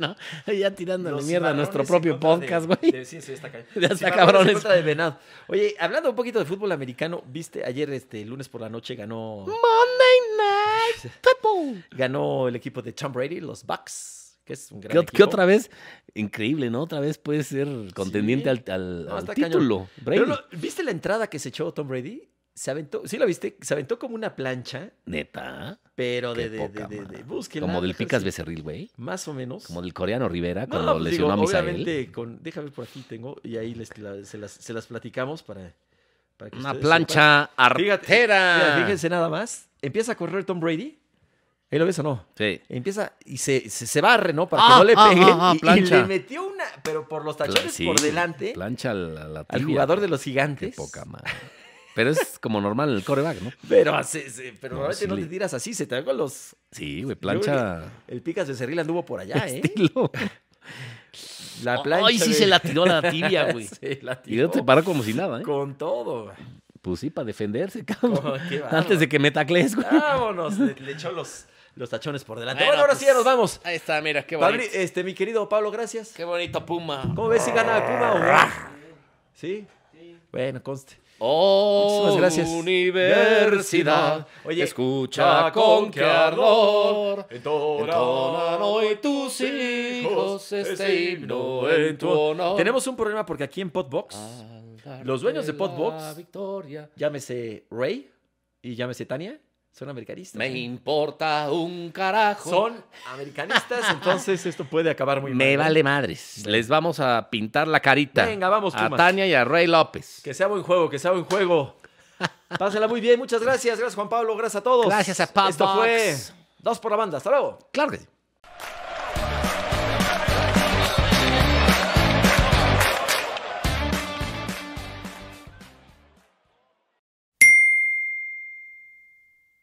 ¿No? Ya tirando
Los
mierda a nuestro
cimarrones
propio
en contra de-
podcast, güey.
de- Sí, sí, está cañón.
Ya está
Cimarrones
cabrón
en
eso.
contra de Venado. Oye, hablando un poquito de fútbol americano, viste ayer, este lunes por la noche, ganó,
Monday Night Football.
ganó el equipo de Tom Brady, los Bucks, que es un gran
¿Qué, ot-
equipo.
qué otra vez? Increíble, ¿no? Otra vez puede ser contendiente al, al-
No,
al
está cañón.
título. Brady.
Pero lo- ¿Viste la entrada que se echó Tom Brady? Se aventó, sí la viste, se aventó como una plancha,
Neta.
pero
Qué
de, de, de,
poca
de, de-
madre.
búsquela,
Como del
déjame
Picas
decir.
Becerril, güey.
Más o menos.
Como del coreano
No,
Rivera Ah, cuando
pues digo,
lesionó a Misael.
obviamente, con, déjame ver por aquí tengo, y ahí les- la- se, las, se las platicamos para, para que
Una
ustedes
plancha
sepan. Fíjate,
artera.
mira, fíjense nada más. Empieza a correr Tom Brady. ¿Ahí lo ves o no?
Sí.
Empieza y se, se, se barre, ¿no? Para que
Ah,
no le
ah,
peguen.
ah, ah,
y- y,
plancha.
le metió una, pero por los
Pla-
tachones
sí,
por delante
Plancha a la, la
al
tibia.
jugador de los
Qué
gigantes.
poca madre. Pero es como normal en el coreback, ¿no?
Pero, hace- se- pero
No,
normalmente
sí
no
le-
te tiras así, se te hago los.
Sí, güey,
plancha
plancha.
El Picas de Cerril anduvo por allá, ¿eh?
Estilo.
La plancha.
Ay, sí
de-
se la tiró la tibia, güey.
Sí, la
Y no te
tiró
paró como si nada, ¿eh?
Con todo.
Pues sí, para defenderse, cabrón.
Oh, qué bárbaro.
Antes de que me taclees, güey.
Vámonos, le, le echó los, los tachones por delante. Bueno,
Bueno,
ahora
pues,
sí ya nos vamos.
Ahí está, mira, qué
Pablo, este, mi querido Pablo, gracias.
Qué bonito Puma.
¿Cómo ves si gana el Puma o no? ¿Sí? Bueno, conste.
Oh,
Muchísimas gracias.
universidad,
Oye,
escucha ah, con qué ardor entonan hoy tus hijos este himno en tu honor.
Tenemos un problema porque aquí en Podbox,
Ah.
Los dueños de Podbox.
La victoria.
llámese Ray y llámese Tania, son americanistas. ¿eh?
Me importa un carajo.
Son americanistas, entonces esto puede acabar muy mal.
me
¿no?
vale madres. Les vamos a pintar la carita.
Venga, vamos,
A
Pumas.
Tania y a Rey López.
Que sea buen juego, que sea buen juego. Pásela muy bien, muchas gracias. Gracias, Juan Pablo. Gracias a todos.
Gracias a Pablo
Esto fue
Box.
Dos por la Banda. Hasta luego.
Claro que sí.